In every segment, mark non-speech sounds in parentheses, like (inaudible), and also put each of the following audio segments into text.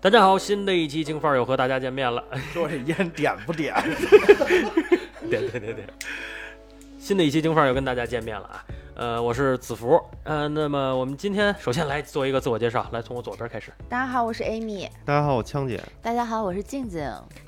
大家好，新的一期京范儿又和大家见面了。 (laughs) 说这烟点不点？对对对对，新的一期京范儿又跟大家见面了啊。呃，我是子福。呃，那么我们今天首先来做一个自我介绍，来从我左边开始。大家好，我是 Amy。大家好，我枪姐。大家好，我是静静。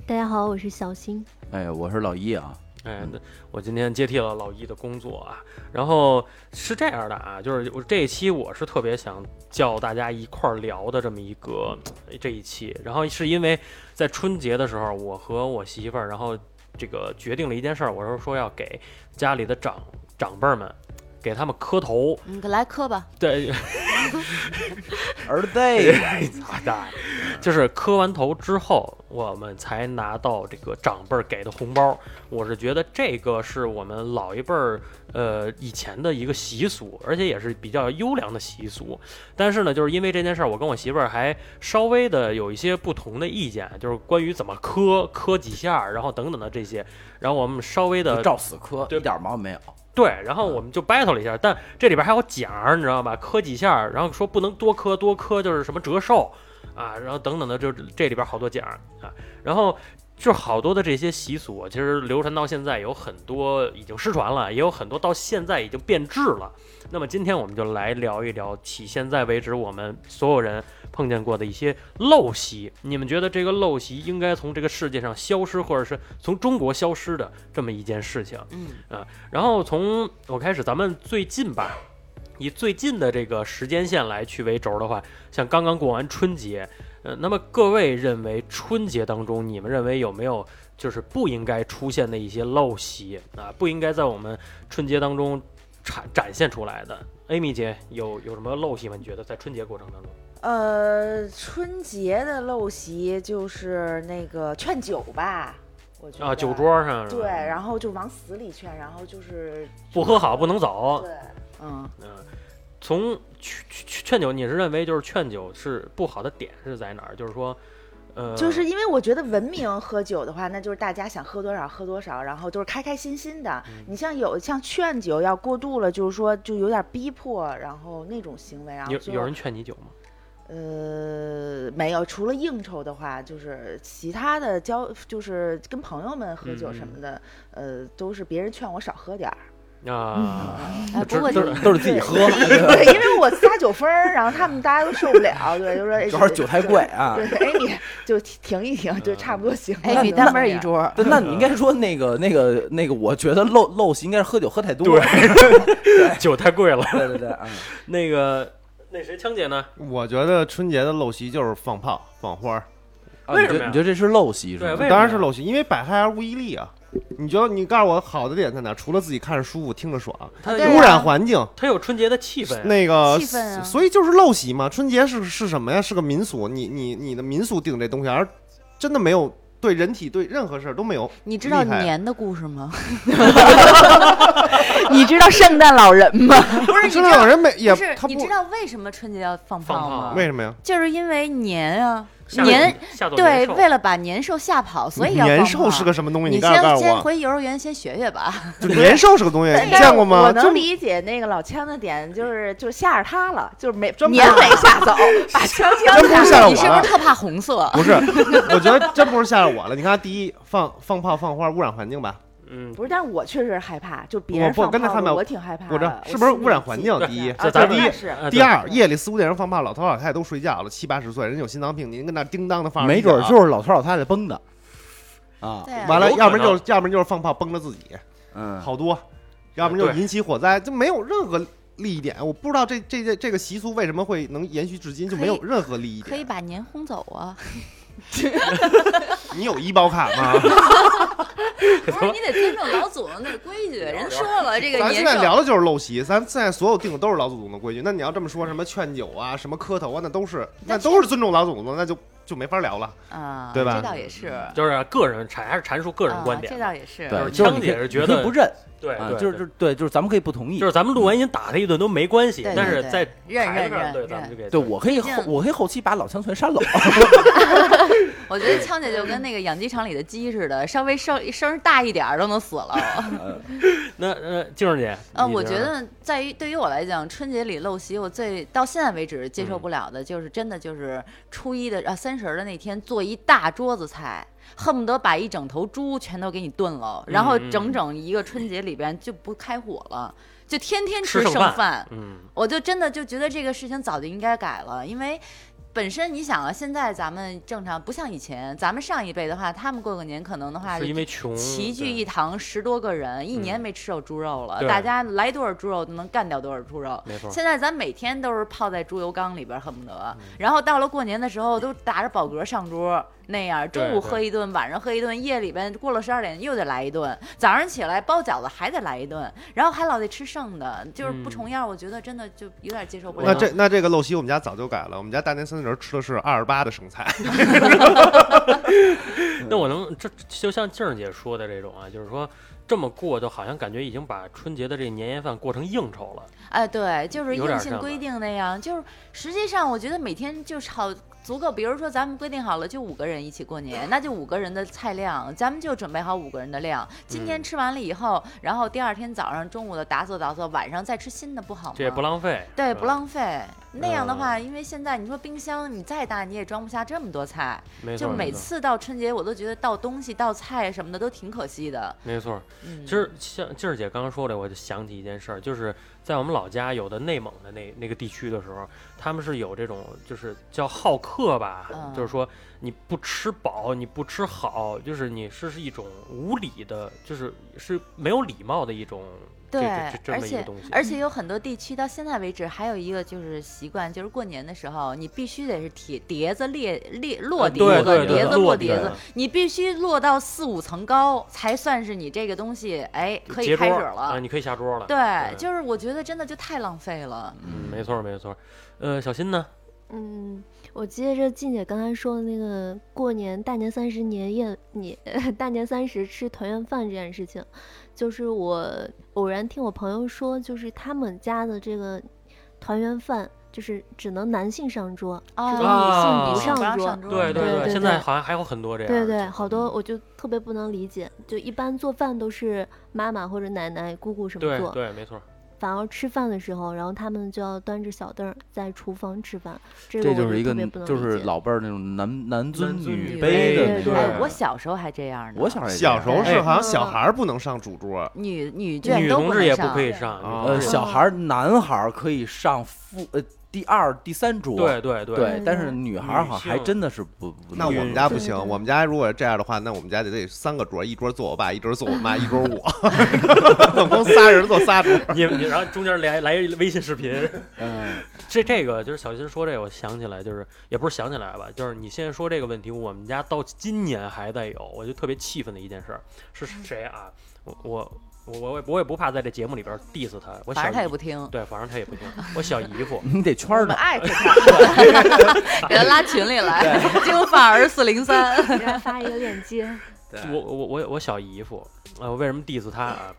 大家好，我是小新。哎，我是老一啊。哎，那我今天接替了老一的工作啊，然后是这样的啊，就是我这一期我是特别想叫大家一块儿聊的这么一个呃这一期，然后是因为在春节的时候，我和我媳妇儿，然后这个决定了一件事儿，我是说要给家里的长长辈儿们给他们磕头，嗯，来磕吧。对，儿子， (laughs) 咋的？就是磕完头之后，我们才拿到这个长辈儿给的红包。我是觉得这个是我们老一辈儿呃以前的一个习俗，而且也是比较优良的习俗。但是呢，就是因为这件事儿，我跟我媳妇儿还稍微的有一些不同的意见，就是关于怎么磕、磕几下，然后等等的这些。然后我们稍微的照死磕，对一点毛病没有。对，然后我们就 battle 了一下，但这里边还有奖儿，你知道吧？磕几下儿，然后说不能多磕，多磕就是什么折寿啊，然后等等的，就这里边好多奖儿啊，然后。就好多的这些习俗啊，其实流传到现在有很多已经失传了，也有很多到现在已经变质了。那么今天我们就来聊一聊，起现在为止我们所有人碰见过的一些陋习。你们觉得这个陋习应该从这个世界上消失，或者是从中国消失的这么一件事情？嗯，然后从我开始，咱们最近吧，以最近的这个时间线来去为轴的话，像刚刚过完春节，呃，那么各位认为春节当中，你们认为有没有就是不应该出现的一些陋习啊？不应该在我们春节当中展展现出来的？Amy 姐有有什么陋习吗？你觉得在春节过程当中？呃，春节的陋习就是那个劝酒吧，我觉得啊，酒。桌上是吧对，然后就往死里劝，然后就是不喝好不能走。对，嗯，嗯、从劝劝劝酒，你是认为就是劝酒是不好的点是在哪儿？就是说，呃，就是因为我觉得文明喝酒的话，那就是大家想喝多少喝多少，然后都是开开心心的。嗯你像有像劝酒要过度了，就是说就有点逼迫，然后那种行为，然后有最有后人劝你酒吗？呃，没有，除了应酬的话，就是其他的交，就是跟朋友们喝酒什嗯么的，呃，都是别人劝我少喝点儿。啊，哎，这不过这这嗯都是自己喝， (laughs) 对，因为我撒酒疯儿，然后他们大家都受不了，对，就说哎 (laughs) 主要是酒太贵啊。对，哎你就停一停，就差不多行了。哎，你女能单喝妹儿点 (laughs) 一桌，对，那你应该说那个、那个、那个，我觉得陋陋习应该是喝酒喝太多。对，酒太贵了。对对对，嗯那个那谁，枪姐呢？我觉得春节的陋习就是放炮、放花儿，啊为什你觉么得呀你觉得这是陋习是对吗？为什么呀当然是陋习，因为百害而无一利啊。你觉得你告诉我好的点在哪？除了自己看着舒服、听着爽，他对有啊污染环境，他有春节的气氛，那个气氛啊所以就是陋习嘛。春节是是什么呀？是个民俗，你你你的民俗定这东西，而真的没有对人体对任何事儿都没有。你知道厉害年的故事吗？你知道圣诞老人吗？不是，真的有人没也不是，他你知道为什么春节要放放炮炮啊吗？为什么呀？就是因为年啊，下作年下作对，兽为了把年兽吓跑，所以要放年炮兽是个什么东西？你告诉告先诉先我，啊回幼儿园先学学吧。就年兽是个东西，但你是见过吗？我就能理解那个老枪的点，就是就吓着他了，就是没真不年没吓走，把枪枪真不是吓着我你是不了是特怕红色？ (laughs) 不是，我觉得真不是吓着我了。你看，第一，放放炮放花污染环境吧，嗯，不是，但是我确实害怕，就别我人不放跟他炮看了吧我挺害怕的。我知道我是不是心污染里环记境得第一啊对这咱那第一是呃第对二，夜里四五点钟放炮，老头老太太都睡觉了，七八十岁人有心脏病，您跟那儿叮当的放着没啤酒准啊，儿就是老头老太太崩的啊。对啊完了，有可能要不然就是要不然就是放炮崩着自己，嗯，好多，要不然就对引起火灾，就没有任何利益点。我不知道这这这这个习俗为什么会能延续至今，就没有可以任何利益可以点。把年轰走啊！你有医保卡吗？不是，你得尊重老祖宗那 (laughs) 规矩。人说了，这咱现在聊的就是陋习，咱现在所有定的都是老祖宗的规矩。那你要这么说，什么劝酒啊，什么磕头啊，那都是那但都是尊重老祖宗的，那就就没法聊了。啊，对吧这倒也是，就是个人阐还是阐述个人观啊点这。倒也是。就是对，就是枪你姐可以是觉你可以得不认，对啊，对就是就是对，就是咱们可以不同意就。是咱们录完音打他一顿都没关系，对对但是对在认台认上认对咱们就认，给对，我可以毕后竟我可以后期把老枪全删了。我觉得枪姐就跟那个养鸡场里的鸡似的，稍微声声儿大一点儿都能死了。那呃，静儿姐，呃，你我这觉样得在于对于我来讲，春节里陋习，我最到现在为止接嗯受不了的就是真的就是初一的啊三十儿的那天做一大桌子菜，恨不得把一整头猪全都给你炖了，然后嗯嗯整整一个春节里边就不开火了，就天天吃吃剩剩饭饭。嗯，我就真的就觉得这个事情早就应该改了，因为本身你想啊，现在咱们正常不像以前，咱们上一辈的话，他们过个年可能的话是因为穷，齐嗯聚对一堂十多个人，一年嗯没吃着猪肉了，对大家来多少猪肉能干掉多少猪肉。没错，嗯现在咱每天都是泡在猪油缸里边，恨不得。然后到了过年的时候，都打着饱嗝上桌那样，对中午对喝一顿，晚上喝一顿，夜里边过了十二点又得来一顿，早上起来包饺子还得来一顿，然后还老得吃剩的，就是嗯不重样，我觉得真的就有点接受不了。那这那这个陋习我们家早就改了，我们家大年三十儿吃的是二十八的剩菜，那我能这就像静儿姐说的这种啊，就是说这么过，就好像感觉已经把春节的这年夜饭过成应酬了。哎，对，就是有点像硬性吧规定那样，就是实际上我觉得每天就炒足够，比如说咱们规定好了就五个人一起过年，那就五个人的菜量，咱们就准备好五个人的量。今天嗯吃完了以后，然后第二天早上、中午的打扫打扫，晚上再吃新的，不好吗？这也不浪费，嗯对，是吧不，浪费。那样的话，因为现在你说冰箱你再大，你也装不下这么多菜。没错，就每没错次到春节，我都觉得到东西、到菜什么的都挺可惜的。没错。嗯，其实像静儿姐刚刚说的，我就想起一件事儿，就是在我们老家有的内蒙的那那个地区的时候，他们是有这种就是叫好客吧，嗯就是说你不吃饱，你不吃好，就是你是是一种无礼的，就是是没有礼貌的一种这对这这这而么一个且东西。而且有很多地区到现在为止还有一个就是习惯，就是过年的时候你必须得是铁碟子列列落对碟子，呃对对碟子落落碟碟子子，你必须落到四五层高才算是你这个东西哎可以结开桌始啊，了。你可以下桌了。对，就是我觉得真的就太浪费了。嗯，没错没错。呃，小新呢？嗯，我接着静姐刚才说的那个过年大年三十年夜，你 (laughs) 大年三十吃团圆饭这件事情，就是我偶然听我朋友说，就是他们家的这个团圆饭，就是只能男性上桌，只能啊，啊女性不上不桌。让上桌对对对，对现对在好像还有很多这样对的。对，好嗯多我就特别不能理解，就一般做饭都是妈妈或者奶奶、姑姑什么对做，对，没错。反而吃饭的时候，然后他们就要端着小凳儿在厨房吃饭，这个这我就是一特个嗯别不能理解。就是老辈儿那种男男尊男尊女女卑的卑那对种。哎，我小时候还这样呢。我小时候也这样 (laughs) 小时候是哎好像小孩儿不能上主桌，女女女眷都同志也不能上可以上，啊女呃，同志小孩儿、男孩儿可以上副呃第二、第三桌，对对对对，但是女孩儿好像还真的是不不那我能们家不对行，嗯对我们家如果这样的话，那我们家得得三个桌，一桌坐我爸，一桌坐我 (laughs) 妈，一桌我， (laughs) 总共仨人坐仨桌。你你然后中间来来一微信视频，嗯，(laughs) 这这个就是小新说这个，我想起来就是也不是想起来吧，就是你现在说这个问题，我们家到今年还在有，我就特别气愤的一件事儿是谁啊？我我我我也我也不怕在这节目里边 diss 他，我反小正他也姨 (laughs) 不听，对，反正他也不听，我小姨夫你得圈儿我们他，艾特给他拉群里来， (laughs) 京范儿四零三。给他发一个链 (laughs) 接，我我我我小姨夫，啊，我为什么 diss 他啊？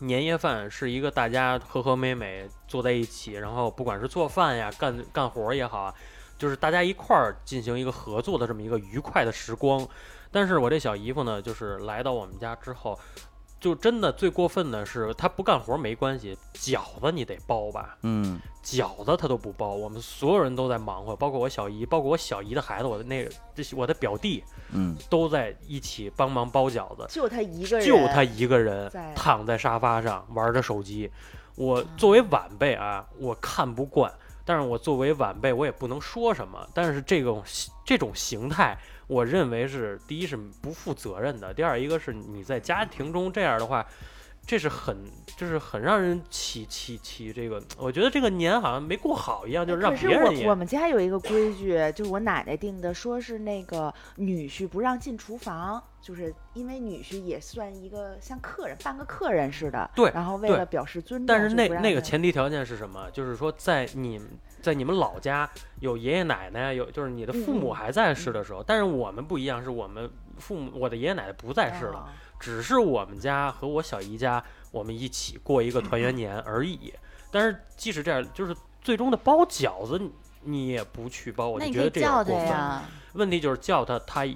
年夜饭是一个大家和和美美坐在一起，然后不管是做饭呀、干干活也好啊，就是大家一块儿进行一个合作的这么一个愉快的时光。但是我这小姨夫呢，就是来到我们家之后，就真的最过分的是，他不干活没关系，饺子你得包吧，嗯，饺子他都不包，我们所有人都在忙活，包括我小姨，包括我小姨的孩子，我的那个这些我的表弟嗯，都在一起帮忙包饺子。就他一个人，就他一个人在嗯躺在沙发上玩着手机。我作为晚辈啊，我看不惯，但是我作为晚辈，我也不能说什么。但是这种这种形态，我认为是第一是不负责任的，第二一个是你在家嗯庭中这样的话。这是很，就是很让人起起起这个，我觉得这个年好像没过好一样，就是让哎可是别人也我我们家有一个规矩，就是我奶奶定的，说是那个女婿不让进厨房，就是因为女婿也算一个像客人，半个客人似的。对然后为对了表示尊重，但是那就不让那个他前提条件是什么？就是说，在你在你们老家有爷爷奶奶，有就是你的父母嗯嗯还在世的时候，但是我们不一哦哦样，是我们父母我的爷爷奶奶不在世了，啊只是我们家和我小姨家，我们一起过一个团圆年而已。但是即使这样，就是最终的包饺子，你你也不去包，我那就你觉可以得这有叫点他过分。呀，问题就是叫他，他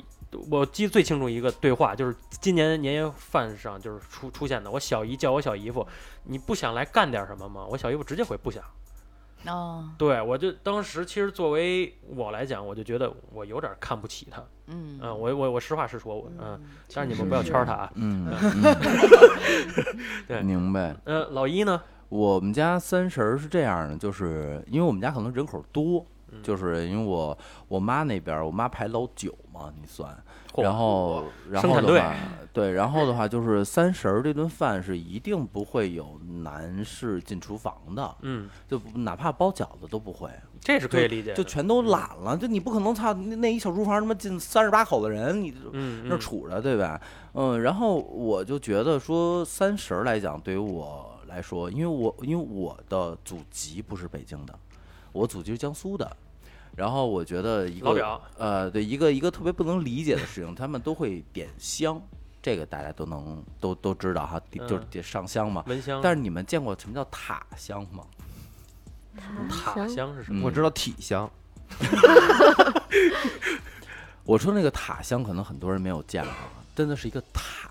我记得最清楚一个对话，就是今年年夜饭上就是出出现的，我小姨叫我小姨夫，你不想来干点什么吗？我小姨夫直接回不想。哦，对，我就当时其实作为我来讲，我就觉得我有点看不起他。嗯呃嗯，我我我实话实说，我嗯，嗯，但是你们不要圈他啊。嗯，对嗯明白。呃，老一呢？我们家三十儿是这样的，就是因为我们家可能人口多，嗯就是因为我我妈那边儿，我妈排老九嘛，你算，嚯然后然生后产的队话，对，然后的话就是三十儿这顿饭是一定不会有男士进厨房的，嗯，就不哪怕包饺子都不会，这是可以理解的。就全都懒了，就你不可能操那那一小厨房他妈进三十八口的人，你这嗯那杵着对吧？嗯，然后我就觉得说三十儿来讲，对于我来说，因为我因为我的祖籍不是北京的，我祖籍是江苏的。然后我觉得一老个表，呃，对一个一个特别不能理解的事情，他们都会点香，这个大家都能都都知道哈，就是嗯得上香嘛。蚊香，但是你们见过什么叫塔香吗？嗯塔行香是什么？嗯我知道体香，我说那个塔香，可能很多人没有见过，真的是一个塔，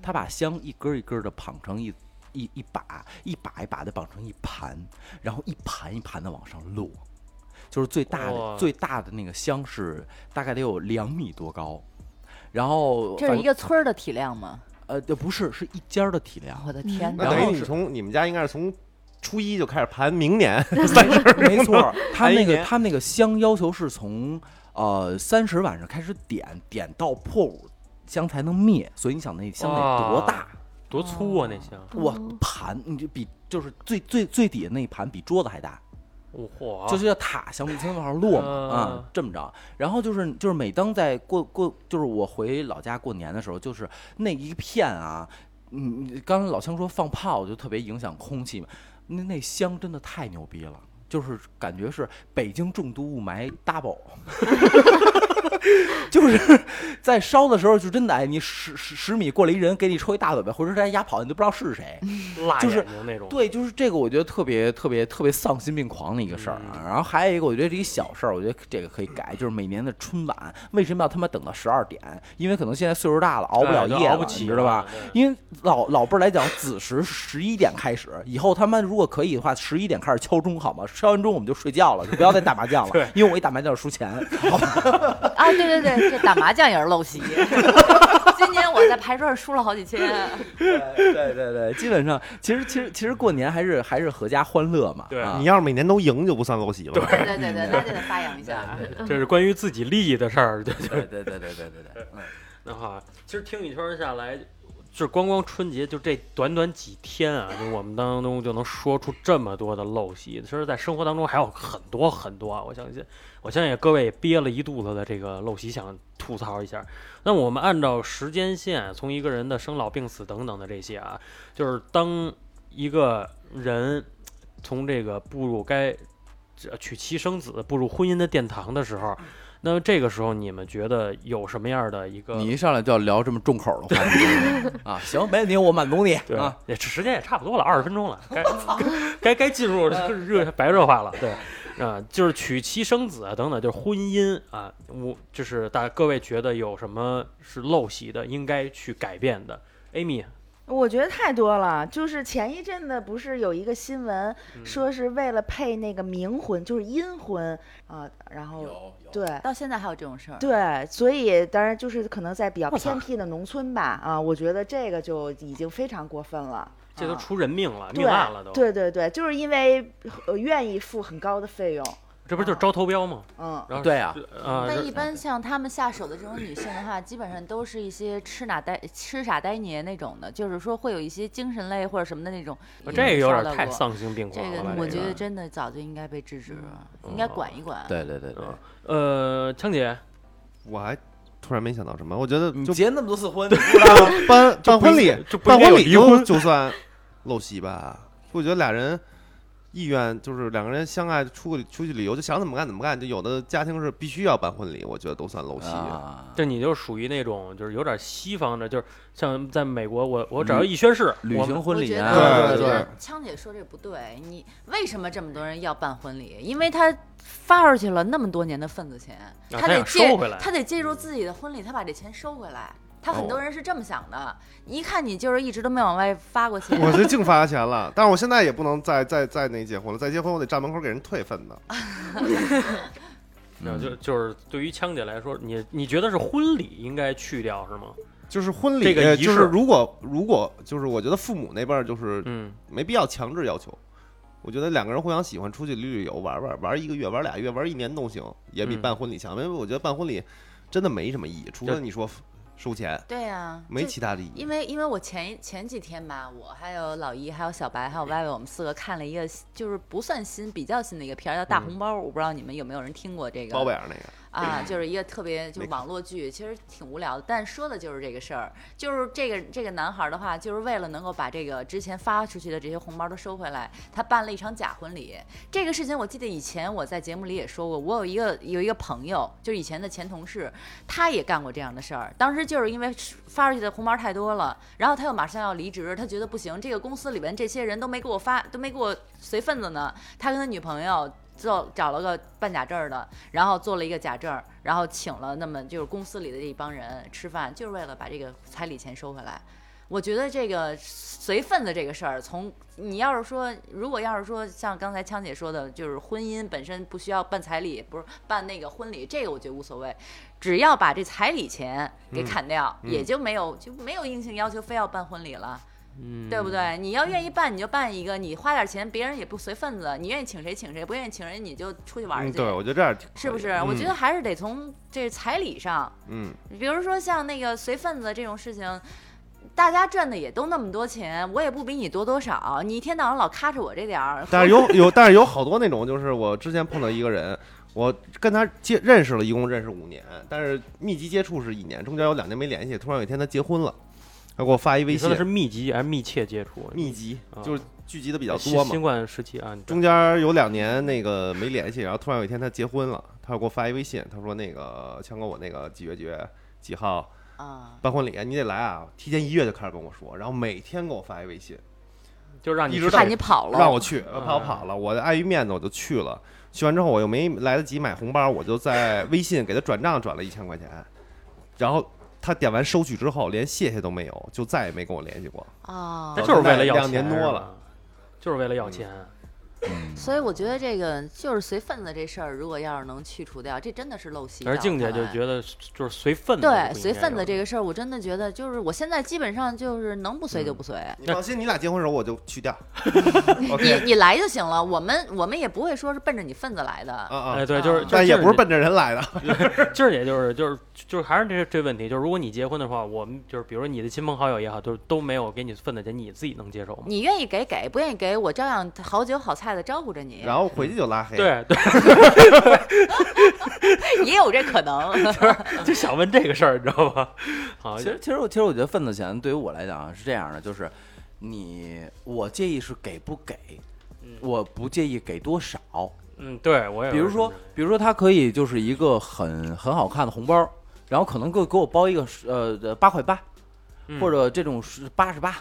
它把香一根儿一根儿的绑成一一一把，一把一把的绑成一盘，然后一盘一盘的往上落，就是最大哇的最大的那个香是大概得有两米多高，然后这反是一个村儿的体量吗？呃这不是是一家儿的体 (laughs) 量，嗯我的天那哪！等然于后你是从你们家应该是从初一就开始盘 (laughs) 明年没错儿，他哎那一个年他那个香要求是从呃三十晚上开始点，点到破五香才能灭，所以你想那香得多哇大？多粗啊那香！哇哦，盘你就比就是最最最底下那一盘比桌子还大，哦嚯，就是要塔香从往上落嘛啊啊，这么着。然后就是就是每当在过过就是我回老家过年的时候，就是那一片啊，嗯，刚才老乡说放炮就特别影响空气嘛，那那香真的太牛逼了。就是感觉是北京重度雾霾 double，就是在烧的时候就真的哎，你十十十米过来一人给你抽一大嘴巴，回头这压跑你都不知道是谁，辣就是眼睛那种。对，就是这个，我觉得特别特别特别丧心病狂的一个事儿啊。然后还有一个，我觉得这一小事儿，我觉得这个可以改，就是每年的春晚为什么要他妈等到十二点？因为可能现在岁数大了，熬熬不了夜了，熬不起你了，知道吧？对？因为老老辈儿来讲，子时十一点开始，以后他们如果可以的话，十一点开始敲钟好吗？敲完钟我们就睡觉了，就不要再打麻将对了，因为我一打麻将输钱，好吧？啊，对对对，这打麻将也是陋 (laughs) 习。今年我在牌桌上输了好几千，对对对，基本上其实其实其实过年还是还是阖家欢乐嘛。对啊 (laughs) 你要是每年都赢就不算陋习了。对对对对，那就得发扬一下。这是关于自己利益的事儿。对，对对对对对对对，嗯。那好，其实听一圈儿下来，就是光光春节就这短短几天啊，就我们当中就能说出这么多的陋习。其实，在生活当中还有很多很多啊，我相信，我相信各位也憋了一肚子的这个陋习想吐槽一下。那我们按照时间线，从一个人的生老病死等等的这些啊，就是当一个人从这个步入该这娶妻生子、步入婚姻的殿堂的时候。那么这个时候，你们觉得有什么样的一个？你一上来就要聊这么重口的话 (laughs) 题啊？行，没问题，我满足你对啊。，也时间也差不多了，二十分钟了， (laughs) 该该该进入 (laughs) 嗯热白热化了。对，啊，就是娶妻生子啊等等，就是婚姻啊，我就是大各位觉得有什么是陋习的，应该去改变的。Amy，我觉得太多了，就是前一阵子不是有一个新闻，嗯说是为了配那个冥婚，就是阴婚啊，然后对到现在还有这种事儿，对，所以当然就是可能在比较我操偏僻的农村吧，啊，我觉得这个就已经非常过分了，这都啊出人命了，对命案了都，对对对，就是因为呃愿意付很高的费用，这不就是招投标吗？嗯，然后对啊，啊，但一般像他们下手的这种女性的话，基本上都是一些吃哪呆吃傻呆捏那种的，就是说会有一些精神类或者什么的那种。啊这这个有点太骚。丧心病这狂了吧个？这个我哦觉得真的早就应该被制止了，应该管一管。对对对对，嗯呃，枪姐，我还突然没想到什么，我觉得嗯你就结那么多次婚， (laughs) 办办办不应婚礼就，不应办该婚有礼离婚就就算陋习吧？我觉得俩人意愿，就是两个人相爱出去出去旅游，就想怎么干怎么干。就有的家庭是必须要办婚礼，我觉得都算陋习。啊，就你就属于那种就是有点西方的，就是像在美国，我我只要一宣誓，旅我行婚我礼觉啊，得，对我觉对得枪姐说这不对，你为什么这么多人要办婚礼？因为他发出去了那么多年的份子钱，啊他他得想借收回来他得借助自己的婚礼，他把这钱收回来。他很多人是这么想的，一看你就是一直都没往外发过钱。我这净发钱了，但是我现在也不能再再再那结婚了，再结婚我得站门口给人退份子。那嗯就就是对于枪姐来说，你你觉得是婚礼应该去掉是吗？就是婚礼，呃这个仪式就是如果如果就是我觉得父母那辈儿就是嗯，没必要强制要求。我觉得两个人互相喜欢，出去旅旅游玩玩，玩一个月、玩俩月、玩一年都行，也比嗯办婚礼强。因为我觉得办婚礼真的没什么意义，除对非你说收钱，对呀、没这其他的意义。因为因为我前一前几天吧，我还有老姨，还有小白，还有歪歪，我们四个看了一个就是不算新，比较新的一个片儿，叫《大嗯红包》，我不知道你们有没有人听过这个。包贝尔那个，啊，就是一个特别就没网络剧，其实挺无聊的，但说的就是这个事儿，就是这个这个男孩儿的话，就是为了能够把这个之前发出去的这些红包都收回来，他办了一场假婚礼。这个事情我记得以前我在节目里也说过，我有一个有一个朋友，就是以前的前同事，他也干过这样的事儿。当时就是因为发出去的红包太多了，然后他又马上要离职，他觉得不行，这个公司里边这些人都没给我发，都没给我随份子呢。他跟他女朋友做找了个办假证儿的，然后做了一个假证儿，然后请了那么就是公司里的这一帮人吃饭，就是为了把这个彩礼钱收回来。我觉得这个随份子这个事儿，从你要是说，如果要是说像刚才枪姐说的，就是婚姻本身不需要办彩礼，不是办那个婚礼，这个我觉得无所谓，只要把这彩礼钱给砍掉，嗯嗯也就没有就没有硬性要求非要办婚礼了。嗯对不？对？你要愿意办你就办一个，你花点钱，别人也不随份子，你愿意请谁请谁，不愿意请人你就出去玩嗯，儿去，对，我觉得这样挺可以是不是？我觉得，还是得从这彩礼上，嗯比如说像那个随份子这种事情。大家赚的也都那么多钱，我也不比你多多少，你一天到晚老咔着我这点儿嗯，，但是有有，但是有好多那种，就是我之前碰到一个人，我跟他接认识了，一共认识五年，但是密集接触是一年，中间有两年没联系，突然有一天他结婚了，他给我发一微你说信的，是密集还是密切接触？密集啊就是聚集的比较新多嘛新，冠时期啊，你中间有两年那个没联系，然后突然有一天他结婚了，他又给我发一微信，他说那个强哥，我那个几月几月几号啊，办婚礼，你得来啊，提前一月就开始跟我说，然后每天给我发一微信，就让你一直知道怕你跑了，让我去，怕我跑了，我碍于面子我就去了，去完之后我又没来得及买红包，我就在微信给他转账转了一千块钱，然后。他点完收据之后，连谢谢都没有，就再也没跟我联系过。啊他，就是为了要两钱，年多是了嗯吧，就是为了要钱。所以我觉得这个就是随份子这事儿，如果要是能去除掉，这真的是陋习在而我看来。静姐就觉得就是随份子，对随份子这个。个事儿，我真的觉得就是我现在基本上就是能不随就不随，你放心，你俩结婚的时候我就去 (laughs) 掉。你 OK，你来就行了。我们我们也不会说是奔着你份子来的。啊哎，啊，对，就是，啊就但也不是就是奔着人来的。今儿也就是就是就是还是这这问题，就是如果你结婚的话，我们就是比如说你的亲朋好友也好，就是都没有给你份子钱，你自己能接受吗？你愿意给给，不愿意给我照样好酒好菜的招呼着你，然后回去就拉黑。，对对， (laughs) 也有这可能。 (laughs) 就想问这个事儿，你知道吗？好，其实，其实我，其实我觉得份子钱对于我来讲啊是这样的，就是你我介意是给不给，我不介意给多少。嗯，对我也比如是说，比如说他可以就是一个很很好看的红包，然后可能给给我包一个十呃八块八，嗯或者这种是八十八。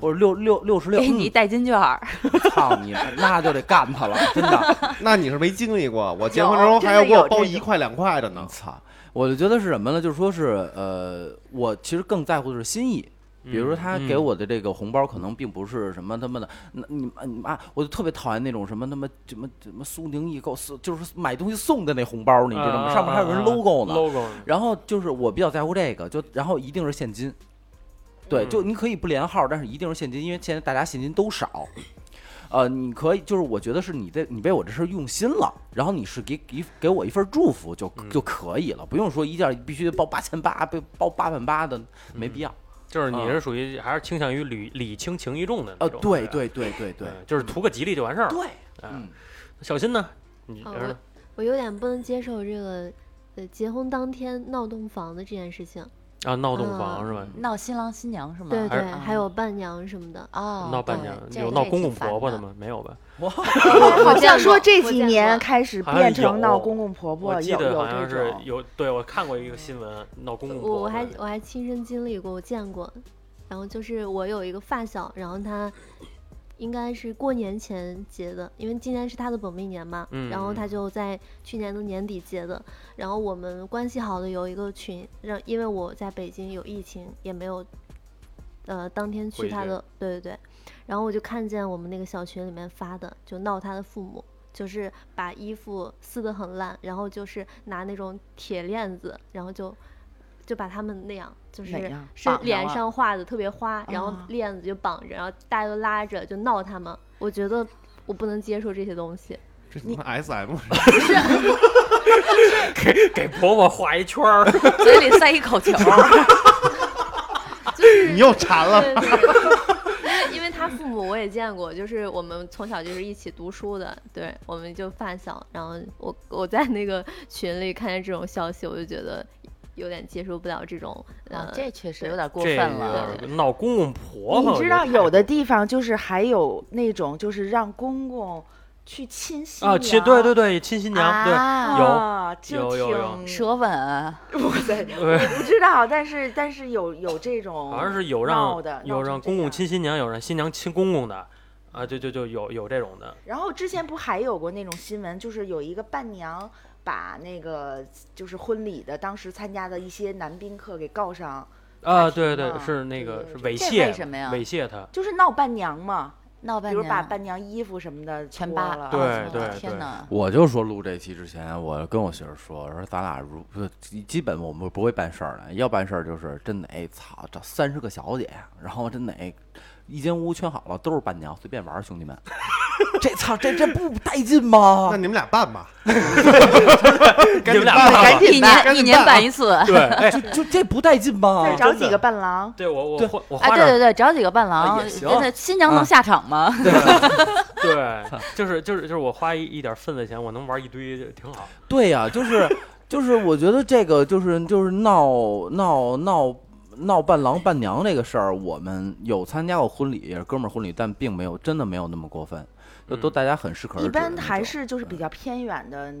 或者六六六十六，给哎嗯你代金券儿，嗯操你，那就得干他 (laughs) 了，真的。那你是没经历过，我结婚的时候还要给我包一块两块的呢。操，我就觉得是什么呢？就是说是呃，我其实更在乎的是心意。比如说他嗯给我的这个红包，可能并不是什么他妈的，那你妈你妈，我就特别讨厌那种什么他妈什么什么苏宁易购，送就是买东西送的那红嗯包，你知道吗？啊上面还有人 logo 呢。 ，logo 呢，然后就是我比较在乎这个，就然后一定是现金，对，嗯就你可以不连号，但是一定是现金，因为现在大家现金都少。呃，你可以，就是我觉得是你在你为我这事儿用心了，然后你是给给给我一份祝福就嗯就可以了，不用说一定要必须报八千八，被报八万八的没嗯必要。就是你啊是属于还是倾向于礼礼轻情意重的那呃，种，啊对是吧，对对对对嗯就是图个吉利就完事儿了。对，啊嗯，小新呢？你啊觉得呢我有点不能接受这个，呃，结婚当天闹洞房的这件事情。啊，闹洞房是吧？闹新郎新娘是吗？对还对，是嗯还有伴娘什么的。哦，闹伴对娘这有这闹也公挺公烦婆婆的的？吗？没有吧？好我像见说过这我几见年过开始好像变有成闹公公婆婆，我记有得好有这像是种。有，对我看过一个新闻，闹公公婆我婆。我还我还亲身经历过，我见过。然后就是我有一个发小，然后他应该是过年前结的，因为今年是他的本命年嘛。嗯然后嗯他就在去年的年底结的。然后我们关系好的有一个群，让因为我在北京有疫情，也没有呃当天去回他去的，对对对。然后我就看见我们那个小群里面发的，就闹他的父母。就是把衣服撕得很烂，然后就是拿那种铁链子，然后就就把他们那样，就哪是样是绑着脸啊上画的特别花，然后啊链子就绑着，然后大家都拉着就闹他们。我觉得我不能接受这些东 (laughs) 西，这他妈 S M 给给婆婆画一圈儿，嘴里塞一 (laughs) 口球儿，你又馋了。 (laughs) 对对因为他父母我也见过，就是我们从小就是一起读书的，对，我们就发小。然后我我在那个群里看见这种消息，我就觉得有点接受不了这种，啊呃，这确实对有点过这分了。个闹公公婆婆。你我觉知得道太有过的地方就是还有那种就是让公公去亲新啊，亲对对对，亲新娘对。啊有啊就有有有挺舌吻啊，哇塞，我不知道，但是但是有有这种，好像是有让闹的有闹成让这公公样亲新娘，有让新娘亲公公的，啊，就就就有有这种的，然后之前不还有过那种新闻，就是有一个伴娘把那个就是婚礼的当时参加的一些男宾客给告上，啊，法对庭对，嘛是那个对是对猥这亵，为什么呀猥亵他，就是闹伴娘嘛，闹比半如把年伴娘衣服什么的全脱扒了，对啊对对天哪！我就说录这期之前，我跟我媳妇儿说，我说咱俩如不基本我们不会办事儿的，要办事儿就是真得操找三十个小姐，然后真得一间屋圈好了，都是伴娘，随便玩儿，兄弟们，这操这这不带劲吗 (laughs) 那？你们俩办吧，你赶紧们俩办吧吧赶一赶年一紧年办啊办一次，对，哎，就就这不带劲吗再？找啊真的几个伴郎，对我我对花我啊哎，花对对点啊对，找几个伴郎，也行哎那新娘能啊下场吗？ (laughs) 对，就是就是就是我花一一点份子钱，我能玩一堆就挺好，对呀、就是就是，我觉得这个就是就是闹闹闹闹伴郎伴娘这个事儿，我们有参加过婚礼，也是哥们儿婚礼，但并没有真的没有那么过分，就都嗯大家很适可而止一的那种。般还是就是比较偏远的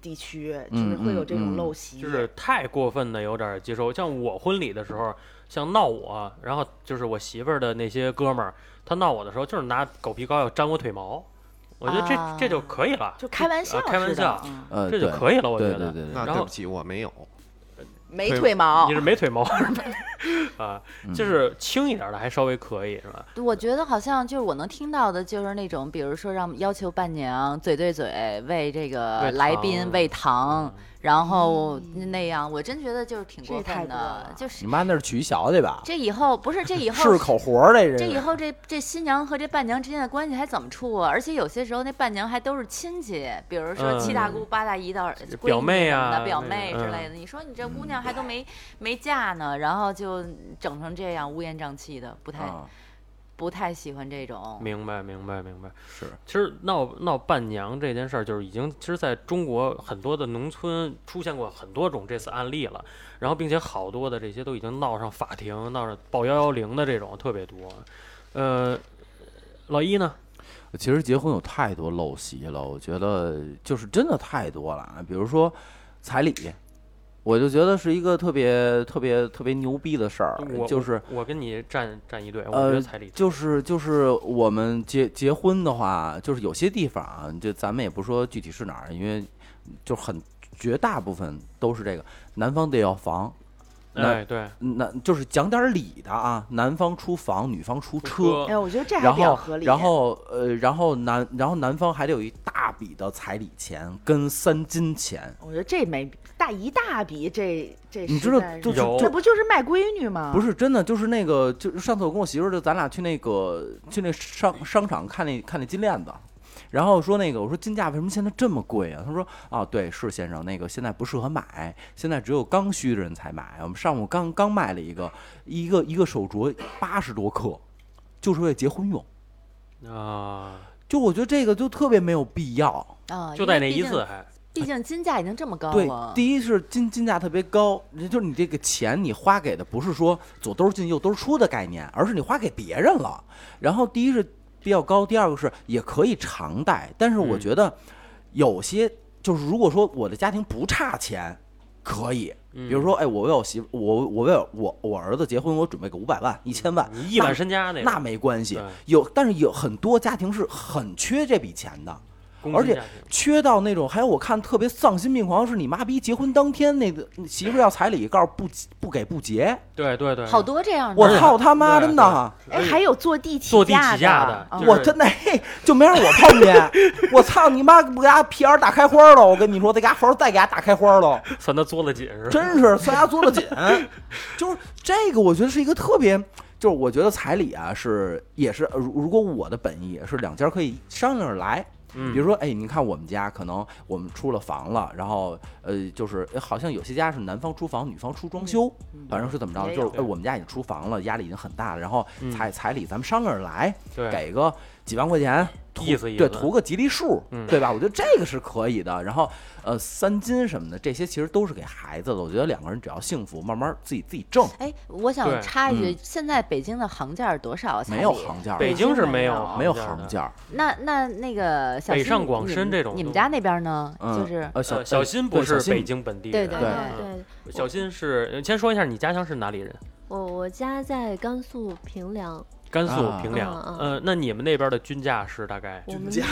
地区，就嗯是会有这嗯种陋习，就是太过分的有点接受。像我婚礼的时候，像闹我，然后就是我媳妇儿的那些哥们儿，他闹我的时候，就是拿狗皮膏药粘我腿毛，我觉得这、这就可以了，啊就开玩笑啊开玩似的笑，嗯呃，这就对可以了，我觉对得。对对对那然对后不起，我没有。没腿腿毛你。是没腿毛， (laughs) 啊，哦嗯就是轻一点的还稍微可以是吧？我觉得好像就是我能听到的，就是那种，比如说让要求伴娘嘴对嘴喂这个喂来糖嗯宾喂糖，然后那样，我真觉得就是挺嗯这过太分多的了，就是你妈那是取小去吧？这以后不是这以后是口活儿这人。这以后这这新娘和这伴娘之间的关系还怎么处啊？而且有些时候那伴娘还都是亲戚，比如说嗯七大姑八大姨的儿这闺表女妹什么啊的表那妹之嗯类的。你说你这姑娘还都没没嫁呢，然后就整成这样乌烟瘴气的，不太嗯啊，不太喜欢这种。明白，明白，明白。是其实闹闹伴娘这件事儿，就是已经其实在中国很多的农村出现过很多种这次案例了，然后并且好多的这些都已经闹上法庭，闹上报幺幺零的这种特别多。呃，老一呢？其实结婚有太多陋习了，我觉得就是真的太多了啊。比如说彩礼，我就觉得是一个特别特别特别牛逼的事儿我，就是我跟你站站一队，我呃觉得彩礼就是就是我们结结婚的话，就是有些地方啊，就咱们也不说具体是哪儿，因为就很绝大部分都是这个，男方得要房，男哎对，男就是讲点儿理的啊，男方出房，女方出车。哎，我觉得这还然比较后合，理。然后，呃，然后男，然后男方还得有一大笔的彩礼钱跟三金钱，我觉得这没大一大笔，这这你实知道在，就是是有这不就是卖闺女吗？不是真的，就是那个，就是上次我跟我媳妇儿，就咱俩去那个去那商商场看那看那金链子，然后说那个我说金价为什么现在这么贵啊？她说啊对，是先生，那个现在不适合买，现在只有刚需的人才买。我们上午刚刚卖了一个一个一个手镯八十多克，就是为结婚用。啊、就我觉得这个就特别没有必要，啊，就因在为那毕一竟次还毕竟金价已经这么高对了，，第一是金金价特别高，人就是你这个钱你花给的不是说左兜进右兜出的概念，而是你花给别人了。然后第一是比较高，第二个是也可以常贷，但是我嗯觉得有些就是如果说我的家庭不差钱，可以。比比如，说，哎，我为我媳妇，我我为我我儿子结婚，我准备个五百万、一千万，你亿万身家个，那那没关系对。有，但是有很多家庭是很缺这笔钱的。工而薪且家庭缺到那种，还有我看特别丧心病狂，是你妈逼结婚当天那个媳妇儿要彩礼，告诉不不给不结，对对对，好多这样我的。操他妈对真的，对哎，还有坐地起坐地价嗯起价的，啊就是我真的嘿就没让我碰见，我操你妈不给俺皮眼打开花了，我跟你说得给俺好好再给俺打开花了， (laughs) 算他作了紧是吧？真是算牙做了紧， (laughs) 就是这个我觉得是一个特别。就是我觉得彩礼啊是也是，呃如如果我的本意是两家可以商量着来，嗯，比如说，哎，你看我们家可能我们出了房了，然后呃，就是哎好像有些家是男方出房，女方出嗯装修，反正是怎么着，也就有是哎我们家已经出房了，压力已经很大了，然后嗯彩彩礼咱们商量着来，对，给个几万块钱，图意思意思对，图个吉利数嗯，对吧？我觉得这个是可以的。然后呃，三金什么的，这些其实都是给孩子的。我觉得两个人只要幸福，慢慢自己自己挣，哎，对我想插一句，现在北京的行价是多少啊？嗯彩没有礼行价儿，北京是没有行没有价行的。价儿，那那那个小北新上你广深们这种你们都家那边呢？嗯，就是呃呃小小呃新对不小是新北京本地对人，对对嗯对，小新是呃先说一下你家乡是哪里人？我我家在甘肃平凉，甘肃啊平凉。嗯嗯呃，那你们那边的均价是大概？我们家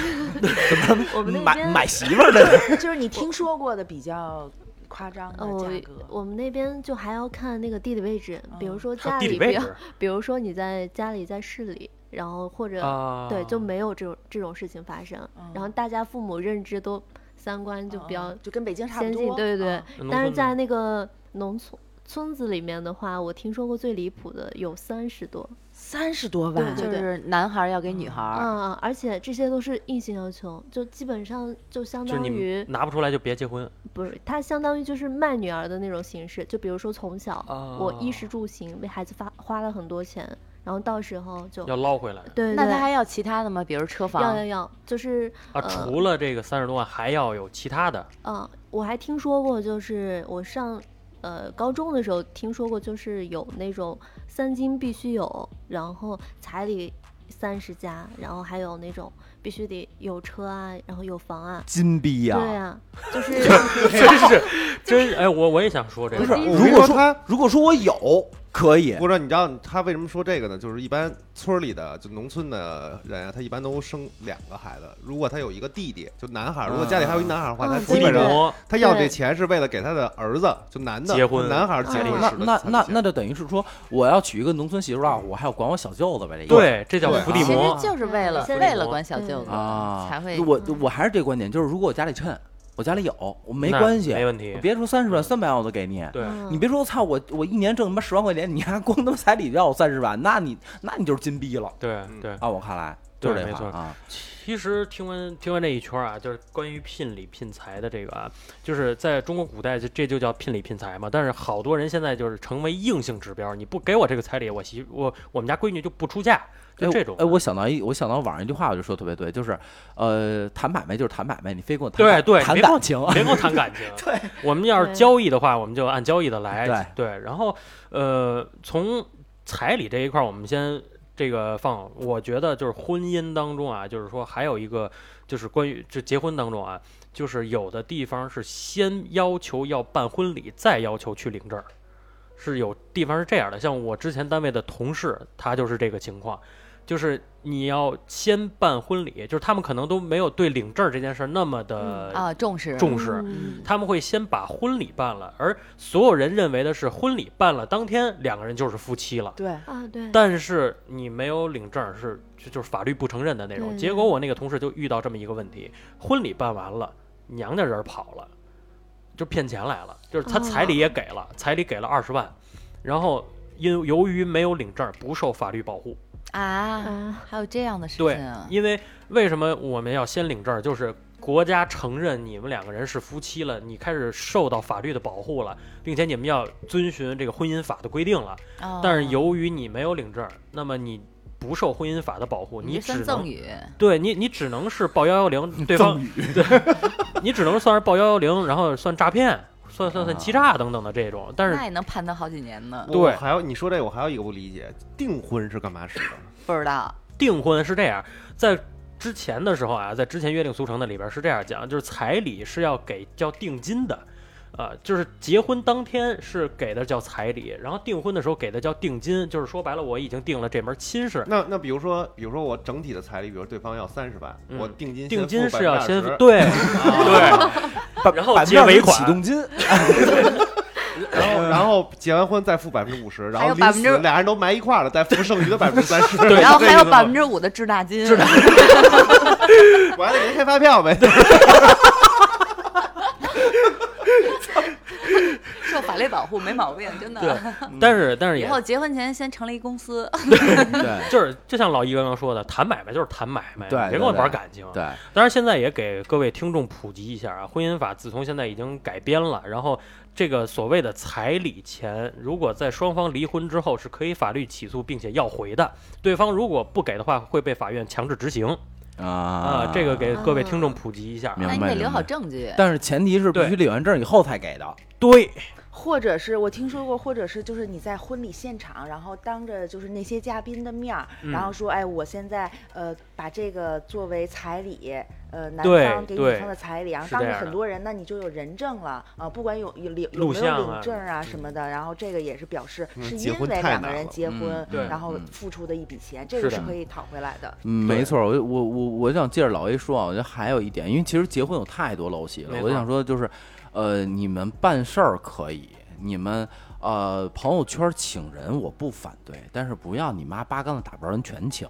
我们那买边买媳妇儿的。就是你听说过的比较夸张的 (laughs) 呃，我价格。我们那边就还要看那个地理位置，比如嗯说还有家地里理不位要，置比如说你在家里在市里，然后或者、啊？对就没有这种这种事情发生，然后大家父母认知都三观就比较嗯就跟北京差不先进，多，对对对嗯。农但是村在呢那个农村村子里面的话，我听说过最离谱的有三十多，三十多对万，对就是男孩儿要给女孩儿，嗯，而且这些都是硬性要求，就基本上就相就是当你于们拿不出来就别结婚不是，它相当于就是卖女儿的那种形式。就比如说从小、我衣哦食住行为孩子发花了很多钱，然后到时候就要捞回来对对，那他还要其他的吗？比如车要要房，要，就是呃啊！除了这个三十多万，还要有其他的嗯，我还听说过，就是我上呃高中的时候听说过，就是有那种三金必须有，然后彩礼三十加，然后还有那种必须得有车啊，然后有房啊，金逼呀、对啊，就是 (laughs) 真是真哎，我我也想说这不个是，我如跟你果说说他如果说我有，可以不知道你知道他为什么说这个呢？就是一般村儿里的就农村的人啊，他一般都生两个孩子。如果他有一个弟弟，就男孩儿，如果家里还啊有一男孩儿的话，嗯他嗯基基本上模他要对这钱是为了给他的儿子，就男的结婚啊男孩儿结婚嗯那时的那彩礼那钱那就等于是说，我要娶一个农村媳妇儿啊，我还要管我小舅子呗，这意嗯思对，这叫对伏不地其实魔，就是为了对为了管小舅子啊，才会嗯我我还是这观点，就是如果我家里趁，我家里有，我没那关系，嗯没问题嗯我。别说三十万，三百万我都给你。对，嗯嗯你别说我操，我我一年挣他妈十万块钱，你还光他妈彩礼就要我三十万，那你那你就是金逼了。对嗯对，啊，我看来就是对这没话错啊，其实听完听完这一圈儿啊，就是关于聘礼聘财的这个啊，就是在中国古代就这就叫聘礼聘财嘛。但是好多人现在就是成为硬性指标，你不给我这个彩礼，我媳我我们家闺女就不出嫁，就哎这种。哎，我想到一，我想到网上一句话，我就说特别对，就是，呃，谈买卖就是谈买卖，你非跟我谈对感对谈别感 (laughs) 情，别跟我谈感情。啊 (laughs) 对，我们要是对交易的话，我们就按交易的来。对然后呃，从彩礼这一块儿，我们先这个放。我觉得就是婚姻当中啊，就是说还有一个就是关于就结婚当中啊，就是有的地方是先要求要办婚礼，再要求去领证儿。是有地方是这样的，像我之前单位的同事，他就是这个情况，就是你要先办婚礼，就是他们可能都没有对领证儿这件事儿那么的啊重视。重视，嗯他们会先把婚礼办了，而所有人认为的是婚礼办了当天两个人就是夫妻了。对，啊，对，但是你没有领证是就就是法律不承认的那种。对结果我那个同事就遇到这么一个问题：婚礼办完了，娘家人跑了，就骗钱来了，就是他哦彩礼也给了，彩礼给了二十万，然后因由于没有领证不受法律保护，啊，啊，还有这样的事对情啊，因为为什么我们要先领证儿？就是国家承认你们两个人是夫妻了，你开始受到法律的保护了，并且你们要遵循这个婚姻法的规定了。哦但是由于你没有领证儿，那么你不受婚姻法的保护，你只算赠能与，对你你只能是报幺幺零，对方赠与你只能算是报幺幺零，然后算诈骗，算算算欺诈等等的这种。但是那也能判他好几年呢，我还有你说这个我还有一个不理解，订婚是干嘛使的？不知道。订婚是这样，在之前的时候啊，在之前约定俗成的里边是这样讲，就是彩礼是要给叫定金的，啊，就是结婚当天是给的叫彩礼，然后订婚的时候给的叫定金，就是说白了我已经定了这门亲事。嗯那那比如说，比如说我整体的彩礼，比如对方要三十万，嗯我定金定付金是要20%先付， (laughs) 对啊对，百然后百分之结二十尾的款启动 (laughs) 金， (laughs) 然后然后结完婚再付百分之五十，然后还有临百死分之俩人都埋一块儿了，再付剩余的百分之三十， (laughs) 对然后还有百分之，之五的滞纳金，我还得给人开发票呗。 (laughs) 受法律保护没毛病，真对的。但是但是嗯以也后结婚前先成立一公司，对就是就像老一刚刚说的，谈买卖就是谈买卖，对对别跟我玩对感情。啊对，当然，现在也给各位听众普及一下啊，婚姻法自从现在已经改编了，然后这个所谓的彩礼钱，如果在双方离婚之后是可以法律起诉并且要回的，对方如果不给的话，会被法院强制执行啊、啊这个给各位听众普及一下啊。明 (laughs) 那白你得留好证据。但是前提是必对须领完证以后才给的。对，或者是我听说过，或者是就是你在婚礼现场，然后当着就是那些嘉宾的面儿，嗯然后说，哎，我现在呃把这个作为彩礼，呃男对方给对女方的彩礼，然后是当这着样很的多人，那你就有人证了啊、不管有有领有录没有像啊领证啊什么的，然后这个也是表示嗯是结因婚为太两个难人了结嗯婚，对然后嗯付出的一笔钱，这个是是的可以讨回来的。嗯，没错，我我我我想接着老 A 说啊，我觉得还有一点，因为其实结婚有太多陋习了没，错我就想说就是，呃，你们办事儿可以，你们呃朋友圈请人我不反对，但是不要你妈八竿子打不着人全请。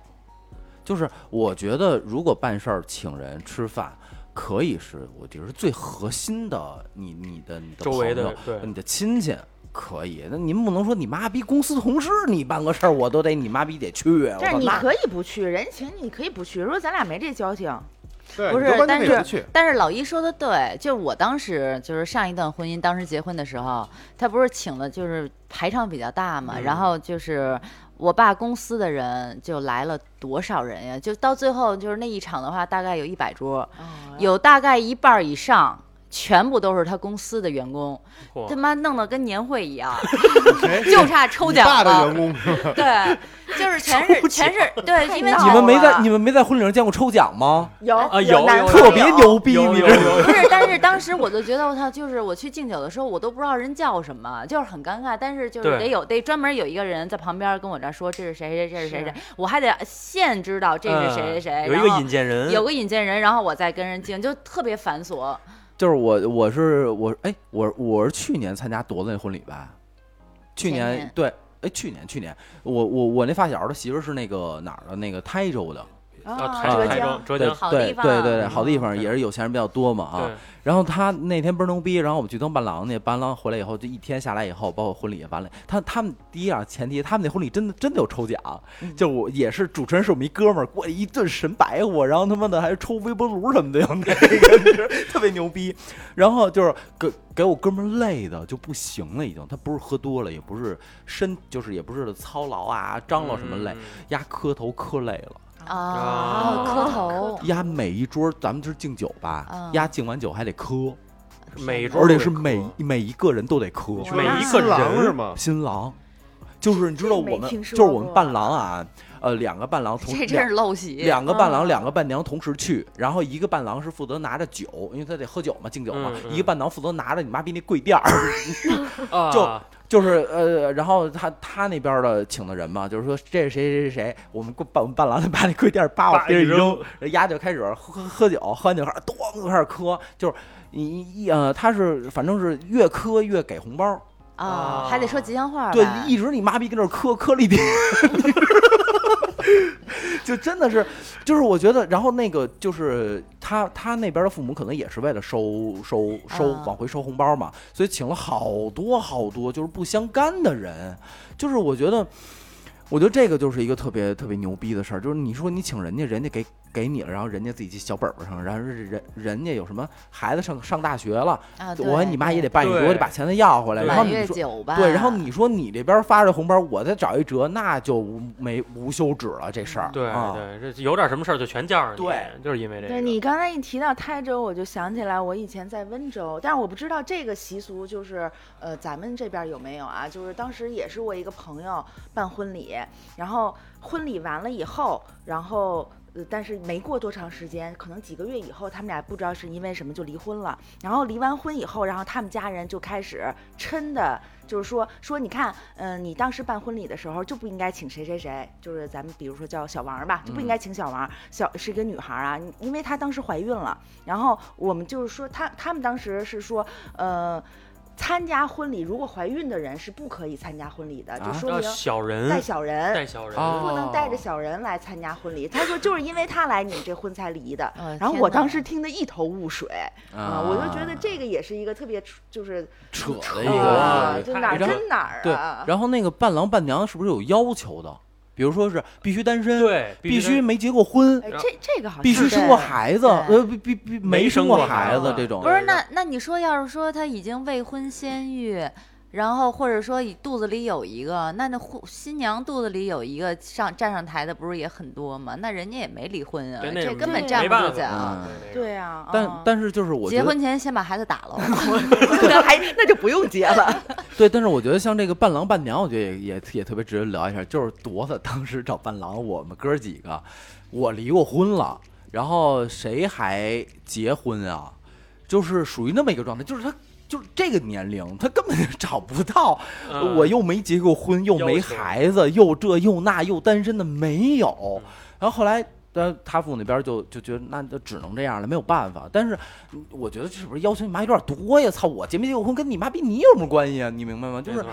就是我觉得如果办事儿请人吃饭，可以是我觉得是最核心的，你你的你的周围的朋友对你的亲戚。可以，那您不能说你妈逼公司同事，你办个事儿我都得你妈逼得去。啊我但是操你那可以不去，人请你可以不去。如果咱俩没这交情，对，不你是都关键但也不是去。但是老一说的对，就是我当时就是上一段婚姻，当时结婚的时候，他不是请了就是排场比较大嘛，然后就是我爸公司的人就来了多少人呀？就到最后就是那一场的话，大概有一百桌，啊哦有大概一半儿以上。全部都是他公司的员工，嚯他妈弄得跟年会一样，谁就差抽你奖爸的了 (laughs) 员。工是吧？ (laughs) 对，就是全是全是对，因为太你们没好在啊你们没在婚礼上见过抽奖吗？有啊有有男有朋友特别牛逼，有你有知道吗？有不是，但是当时我就觉得我操，就是我去敬酒的时候，我都不知道人叫什么，就是很尴尬。但是就是对得有得专门有一个人在旁边跟我这儿说这是谁谁这是谁谁是，我还得现知道这是谁谁谁，嗯有一然个后引荐人，有个引荐人，然后我再跟人敬，就特别繁琐。哦就是我，我是我，哎，我我是去年参加铎子那婚礼吧，去前年年对，哎，去年去年，我我我那发小的媳妇儿是那个哪儿的，那个台州的，啊，啊，台浙台江州。浙对江，好对地对方对对，嗯好地方也是有钱人比较多嘛啊。对，然后他那天倍儿牛逼，然后我们去当伴郎去，伴郎回来以后，就一天下来以后，包括婚礼也啊完了。他他们第一啊，前提他们那婚礼真的真的有抽奖，就我也是主持人是我们一哥们儿，过来一顿神白活，然后他妈的还抽微波炉什么的，有那个特别牛逼。然后就是给给我哥们儿累的就不行了，已经。他不是喝多了，也不是身，就是也不是操劳啊张罗什嗯么累，压磕头磕累了。啊，啊磕头，压每一桌，咱们就是敬酒吧嗯，压敬完酒还得磕，嗯每周而且都是磕每每一个人都得磕。就每一个新郎人是吗？新郎，就是你知道这没我们听就说是我们过伴郎啊，呃，两个伴郎同这真两是陋习。两个伴郎、啊两个伴娘同时去，然后一个伴郎是负责拿着酒，因为他得喝酒嘛，敬酒嘛，嗯嗯一个伴郎负责拿着你妈逼那跪垫儿， (laughs) 啊，就就是呃，然后他他那边的请的人嘛，就是说这是谁谁谁谁，我们伴我们伴郎把那跪垫儿扒往叭地上一一扔扔，人家就开始喝喝喝酒，喝完酒开始咚就开始磕，就是一一呃，他是反正是越磕越给红包，啊啊，还得说吉祥话吧。对，一直你妈逼跟那儿磕磕了一天， (laughs) 就真的是，就是我觉得，然后那个就是他他那边的父母可能也是为了收收收啊往回收红包嘛，所以请了好多好多就是不相干的人，就是我觉得。我觉得这个就是一个特别特别牛逼的事儿，就是你说你请人家，人家给给你了，然后人家自己记小本本上，然后人人家有什么孩子上上大学了，啊，我对你妈也得办一桌，对我得把钱再要回来。对然后满你月说酒吧，对，然后你说你这边发着红包，我再找一折，那就无没无休止了这事儿。嗯对啊、对，这有点什么事儿就全叫上你，对，就是因为这对个。你刚才一提到台州，我就想起来我以前在温州，但是我不知道这个习俗就是呃咱们这边有没有啊？就是当时也是我一个朋友办婚礼，然后婚礼完了以后，然后。呃，但是没过多长时间，可能几个月以后，他们俩不知道是因为什么就离婚了。然后离完婚以后，然后他们家人就开始抻的，就是说说你看，嗯、你当时办婚礼的时候就不应该请谁谁谁，就是咱们比如说叫小王吧，就不应该请小王，小是一个女孩儿啊，你因为她当时怀孕了。然后我们就是说，她他们当时是说，呃，参加婚礼如果怀孕的人是不可以参加婚礼的，啊就说要明小人带小人，带小人，啊不能带着小人来参加婚礼。他说就是因为他来你们这婚才离 (laughs) 的。呃然后天我哪当时听得一头雾水啊，我就觉得这个也是一个特别出就是扯的一哎呦个啊哎，就哪哎儿然后跟哪儿对啊。。然后那个伴郎伴娘是不是有要求的？比如说是必须单身，，对，必须须没结过婚，哎，这这个好像必须是生过孩子，对呃，必必必没生生过过孩孩子子这种嗯不。是对那那你说要是说他已经未婚先孕，然后或者说肚子里有一个，那那婚新娘肚子里有一个上站上台的不是也很多吗？那人家也没离婚啊，对那这种根本没站不办住法脚。嗯，对啊，但嗯但是就是我觉结得婚前先把孩子打了，那还那就不用结 (laughs) (laughs) 了。对，但是我觉得像这个伴郎伴娘，我觉得也也也特别值得聊一下。就是铎子当时找伴郎，我们哥几个，我离过婚了，然后谁还结婚啊？就是属于那么一个状态，就是他就是这个年龄，他根本就找不到。嗯我又没结过婚，又要没求孩子，又这又那又单身的没有嗯。然后后来。但他父母那边就就觉得那就只能这样了，没有办法。但是嗯我觉得这是不是要求你妈有点多呀？操，我结没结过婚跟你妈比你有什么关系啊？你明白吗？就没是错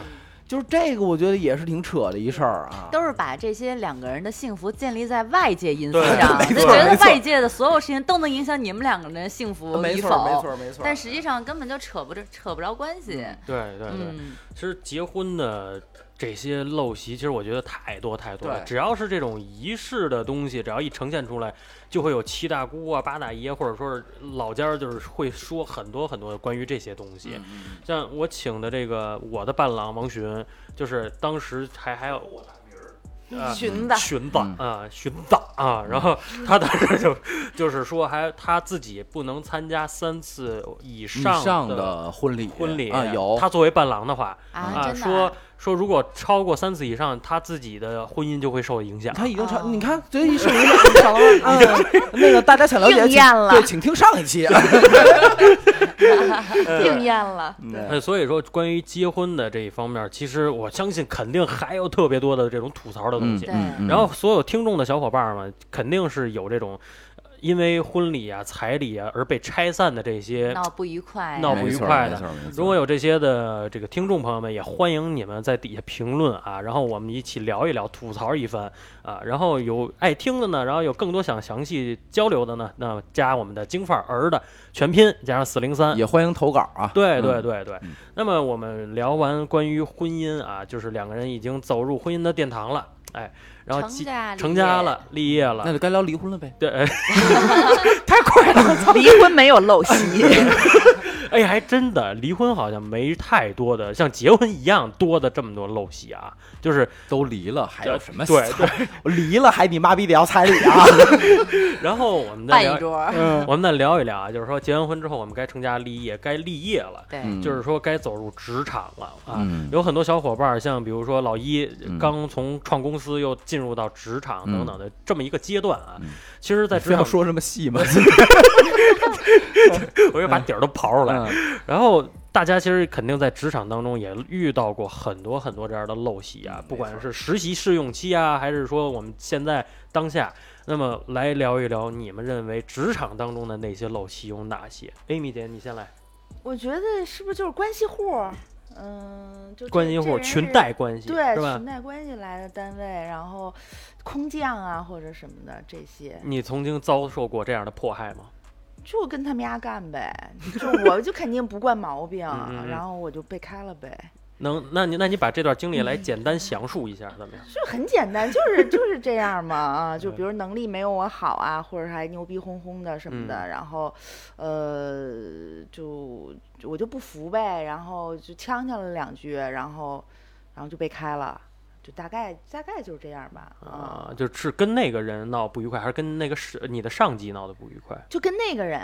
就是这个，我觉得也是挺扯的一事儿啊。都是把这些两个人的幸福建立在外界因素对上，没就错觉得没错外界的所有事情都能影响你们两个人的幸福没与错儿，没否错。儿，没错儿。但实际上根本就扯不着扯不着关系，对对对，嗯，其实结婚的这些陋习，其实我觉得太多太多了。对只要是这种仪式的东西，只要一呈现出来，就会有七大姑啊、八大姨啊，或者说是老家儿，就是会说很多很多关于这些东嗯西。像我请的这个我的伴郎王寻，就是当时还还有我啊，寻子寻子嗯啊，寻子啊，然后他当时就就是说，还他自己不能参加三次以以上上的婚礼，嗯婚礼啊有他作为伴郎的话啊真的说说如果超过三次以上，他自己的婚姻就会受影响。他已经哦成，你看，这 (laughs) 一是你想了 (laughs) 吗？啊那个大家想了解，应请验了对，请听上一期。啊 (laughs) 呃应验了。对呃，所以说关于结婚的这一方面，其实我相信肯定还有特别多的这种吐槽的嗯东西。对然后所有听众的小伙伴们，肯定是有这种呃因为婚礼啊、彩礼啊而被拆散的这些闹不愉快，闹不愉快的没错儿。没错儿没错如儿果有这些的这个听众朋友们，也欢迎你们在底下评论啊，然后我们一起聊一聊，吐槽一番啊。然后有爱听的呢，然后有更多想详细交流的呢，那加我们的京范儿的全拼 (laughs) 加上四零三。 (laughs) 也欢迎投稿啊。对嗯对对对，嗯那么我们聊完关于婚姻啊，就是两个人已经走入婚姻的殿堂了，哎，然后成即家立成家业了，立业了那，就该聊离婚了呗。对，哎太快了， (laughs) 离婚没有陋习。 (laughs) 哎，还真的，离婚好像没太多的像结婚一样多的这么多陋习啊，就是都离了，还有什么？对对，我离了还你妈逼得要彩礼 (laughs) 啊！然后我们再办一聊，桌儿，我们再聊一聊啊，就是说结完婚之后，我们该成家立业，该立业了，对，嗯就是说该走入职场了啊。嗯有很多小伙伴儿，像比如说老一嗯刚从创公司又进入到职场等等的这么一个阶段啊嗯，其实，在职非要场，说什么 (laughs) 戏吗？我就把底儿都刨出来。嗯然后大家其实肯定在职场当中也遇到过很多很多这样的陋习啊嗯，不管是实习试用期啊，还是说我们现在当下，那么来聊一聊你们认为职场当中的那些陋习有哪些？Amy 姐，你先来。我觉得是不是就是关系户儿？嗯，就这关系户、裙，带关系，这人是是对吧裙？带关系来的单位，然后空降啊或者什么的这些，你曾经遭受过这样的迫害吗？就 (laughs) 跟他们丫干呗。就我就肯定不惯毛病嗯嗯，嗯然后我就被开了呗。能，那你那你把这段经历嗯来简单详述一下，怎么样？就很简单，就是就是这样嘛啊，嗯就比如能力没有我好啊，或者还牛逼哄哄的什么的，嗯然后，呃，就就我就不服呗，然后就呛呛了两句，然后，然后就被开了，就大概大概就是这样吧啊，啊，就是跟那个人闹不愉快，还是跟那个是你的上级闹得不愉快就跟那个人，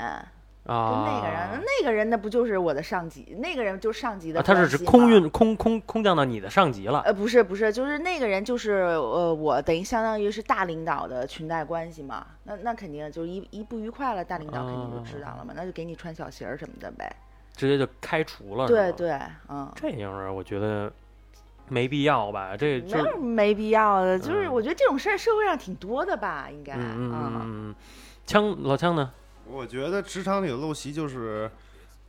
跟啊？那个人，那个人那不就是我的上级，那个人就是上级的啊，关系他嘛，是指空运空空空降到你的上级了。呃，不是不是，就是那个人就是呃，我等于相当于是大领导的裙带关系嘛，那那肯定就是一一不愉快了，大领导肯定就知啊道了嘛，那就给你穿小鞋儿什么的呗。直接就开除了。对是吧，对，嗯，这样儿我觉得没必要吧？这没就有是什么没必要的，就是嗯我觉得这种事儿社会上挺多的吧，应该嗯嗯嗯啊，嗯嗯，枪老枪呢？我觉得职场里的陋习就是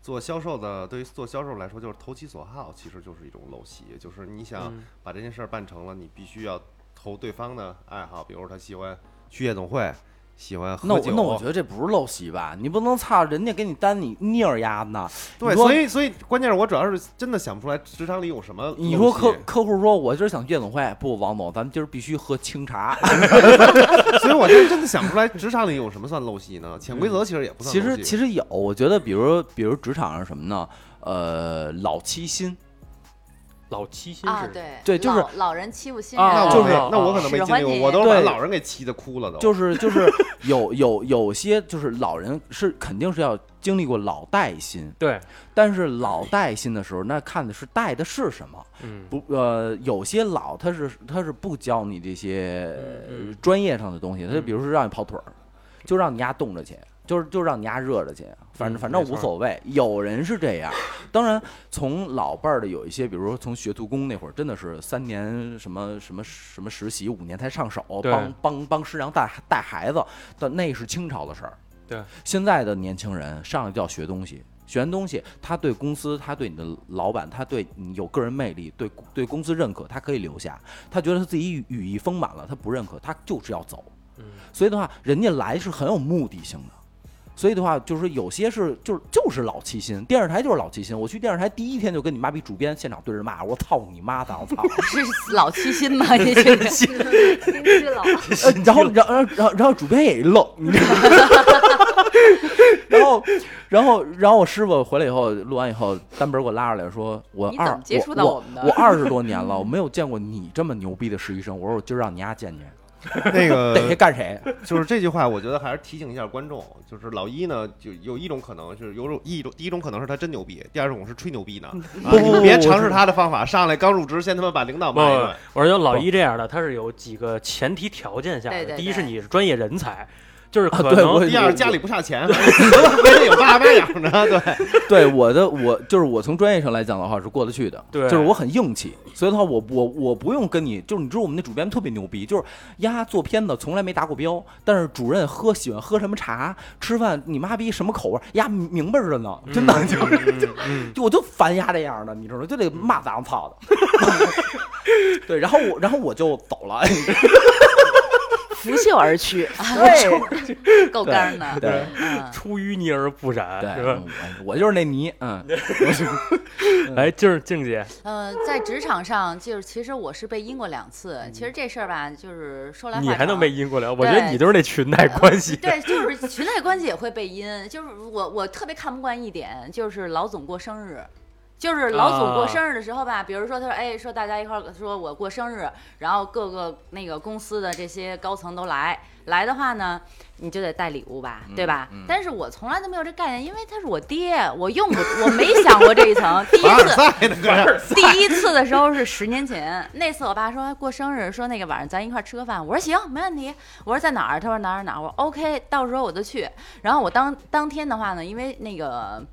做销售的，对于做销售来说，就是投其所好，其实就是一种陋习。就是你想嗯把这件事儿办成了，你必须要投对方的爱好，比如他喜欢去夜总会，喜欢那喝我酒。那我觉得这不是陋习吧？你不能操人家给你单你腻儿丫呢。对，你说所以所以关键是我主要是真的想不出来职场里有什么陋习。你说客客户说，我今儿想夜总会，不，王总，咱们今儿必须喝清 (laughs) 茶。所以我现在真的想不出来职场里有什么算陋习呢？潜规则其实也不算嗯其陋实习。其实有，我觉得比如比如职场上什么呢？呃，老欺新，老七心啊，是对对就是老老人欺负新人，啊那我就是没那我可能没使经唤历过，你我都是把对老人给气的哭了都。就是就是 (laughs) 有有有些就是老人是肯定是要经历过老带新，对，但是老带新的时候，那看的是带的是什么。嗯，不呃，有些老他是他是不教你这些嗯嗯专业上的东西，他就嗯比如说让你跑腿儿，就让你丫冻着去，就是就让你丫热着去，反嗯正反正没错无所谓。有人是这样，当然从老辈儿的有一些，比如说从学徒工那会儿，真的是三年什么什么什么实习，五年才上手，对帮帮帮师娘带带孩子，但那是清朝的事儿。对，现在的年轻人上来就要学东西，学完东西，他对公司，他对你的老板，他对你有个人魅力，对对公司认可，他可以留下。他觉得他自己羽羽翼丰满了，他不认可，他就是要走。嗯所以的话，人家来是很有目的性的。所以的话，就是有些是就是就是老气心，电视台就是老气心。我去电视台第一天就跟你妈逼主编现场对着骂，我操你妈的，我 (laughs) 操！是 (laughs) 老欺新吗？你这个心机老，呃然后，然后，然后，然后主编也一愣，你知道吗？然后，然后，然后我师傅回来以后，录完以后，单本给我拉出来说：“我你怎么二，接触到我我们的我二十多年了，我没有见过你这么牛逼的实习生。”我说：“我今儿让你丫见见，那个逮谁干谁。就是这句话，我觉得还是提醒一下观众，就是老一呢，就有一种可能，就是有种一种第一种可能是他真牛逼，第二种是吹牛逼嗯呢。啊，不你不们别不尝是试他的方法，上来刚入职先他妈把领导不骂一顿。，我是有老一这样的，他是有几个前提条件下对的，对第一是对你是专业人才，就是啊可对我能不第二家里不差钱， (laughs) 非得有爸妈养着。对， (laughs) 对我的，我就是我从专业上来讲的话是过得去的，对就是我很硬气，所以的话我我我不用跟你，就是你知道我们那主编特别牛逼，就是丫做片子从来没达过标，但是主任喝喜欢喝什么茶，吃饭你妈逼什么口味，丫明白着呢，真的就是。嗯嗯 (laughs) 就我就烦丫这样的，你知道吗？就得骂脏操的。 (laughs) 对，然后我，然后我就走了。哎嗯拂袖 (laughs) 而去， (laughs) 对，够干的，对嗯， (laughs) 出淤泥而不染，对，嗯是吧？我我就是那泥，嗯，我就嗯来，哎静儿静姐，呃，在职场上，就是其实我是被阴过两次。其实这事儿吧，就是说来话嗯你长。还能被阴过来？我觉对呃得你就是那裙带关系。对，就是裙带关系也会被阴。就是我我特别看不惯一点，就是老总过生日。就是老总过生日的时候吧，比如说他说，哎，说大家一块儿说我过生日，然后各个那个公司的这些高层都来，来的话呢，你就得带礼物吧，对吧？但是我从来都没有这概念，因为他是我爹，我用不，我没想过这一层。第一凡尔次，赛呢，哥是。 (laughs) 第一次的时候是十 (laughs) 年前，那次我爸说哎过生日，说那个晚上咱一块儿吃个饭。我说行，没问题。我说在哪儿？他说哪儿哪儿。我说 OK，到时候我就去。然后我当当天的话呢，因为那个。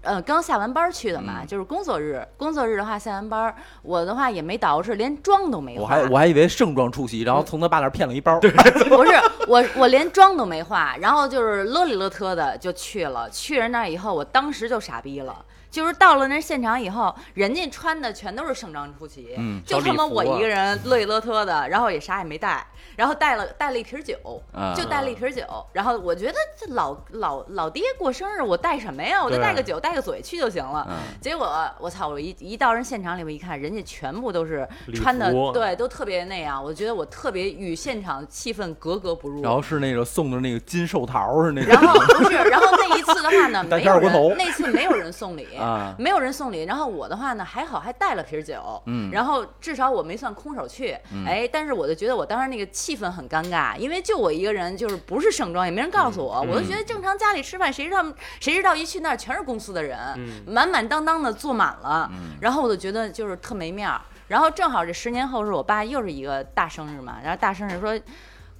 呃，刚下完班儿去的嗯嘛，就是工作日。工作日的话，下完班儿，我的话也没捯饬，连妆都没我化。还我还以为盛装出席，然后从他爸那儿骗了一包。 (laughs) 不是我，我连妆都没化，然后就是勒里勒特的就去了。去人那儿以后，我当时就傻逼了。就是到了那现场以后，人家穿的全都是盛装出席，嗯就小他礼妈服我啊一个人勒里勒特的，然后也啥也没带，然后带了带了一瓶酒，啊就带了一瓶酒。然后我觉得这老老老爹过生日，我带什么呀？我就对带个酒，带个个嘴去就行了。嗯，结果我操！我一一到人现场里边一看，人家全部都是礼穿的服啊对，都特别那样。我觉得我特别与现场气氛格格不入。然后是那个送的那个金寿桃是那然种后不是，然后那一次的话呢，大没家有二锅头人，那次没有人送礼， (laughs) 啊，没有人送礼。然后我的话呢，还好还带了瓶酒，嗯然后至少我没算空手去，嗯哎，但是我就觉得我当时那个气氛很尴尬，因为就我一个人，就是不是盛装，也没人告诉我，嗯我就觉得正常家里吃饭，谁知道谁知道一去那儿全是公司的人，嗯满满当当的坐满了，嗯然后我就觉得就是特没面儿。然后正好这十年后是我爸又是一个大生日嘛，然后大生日说：“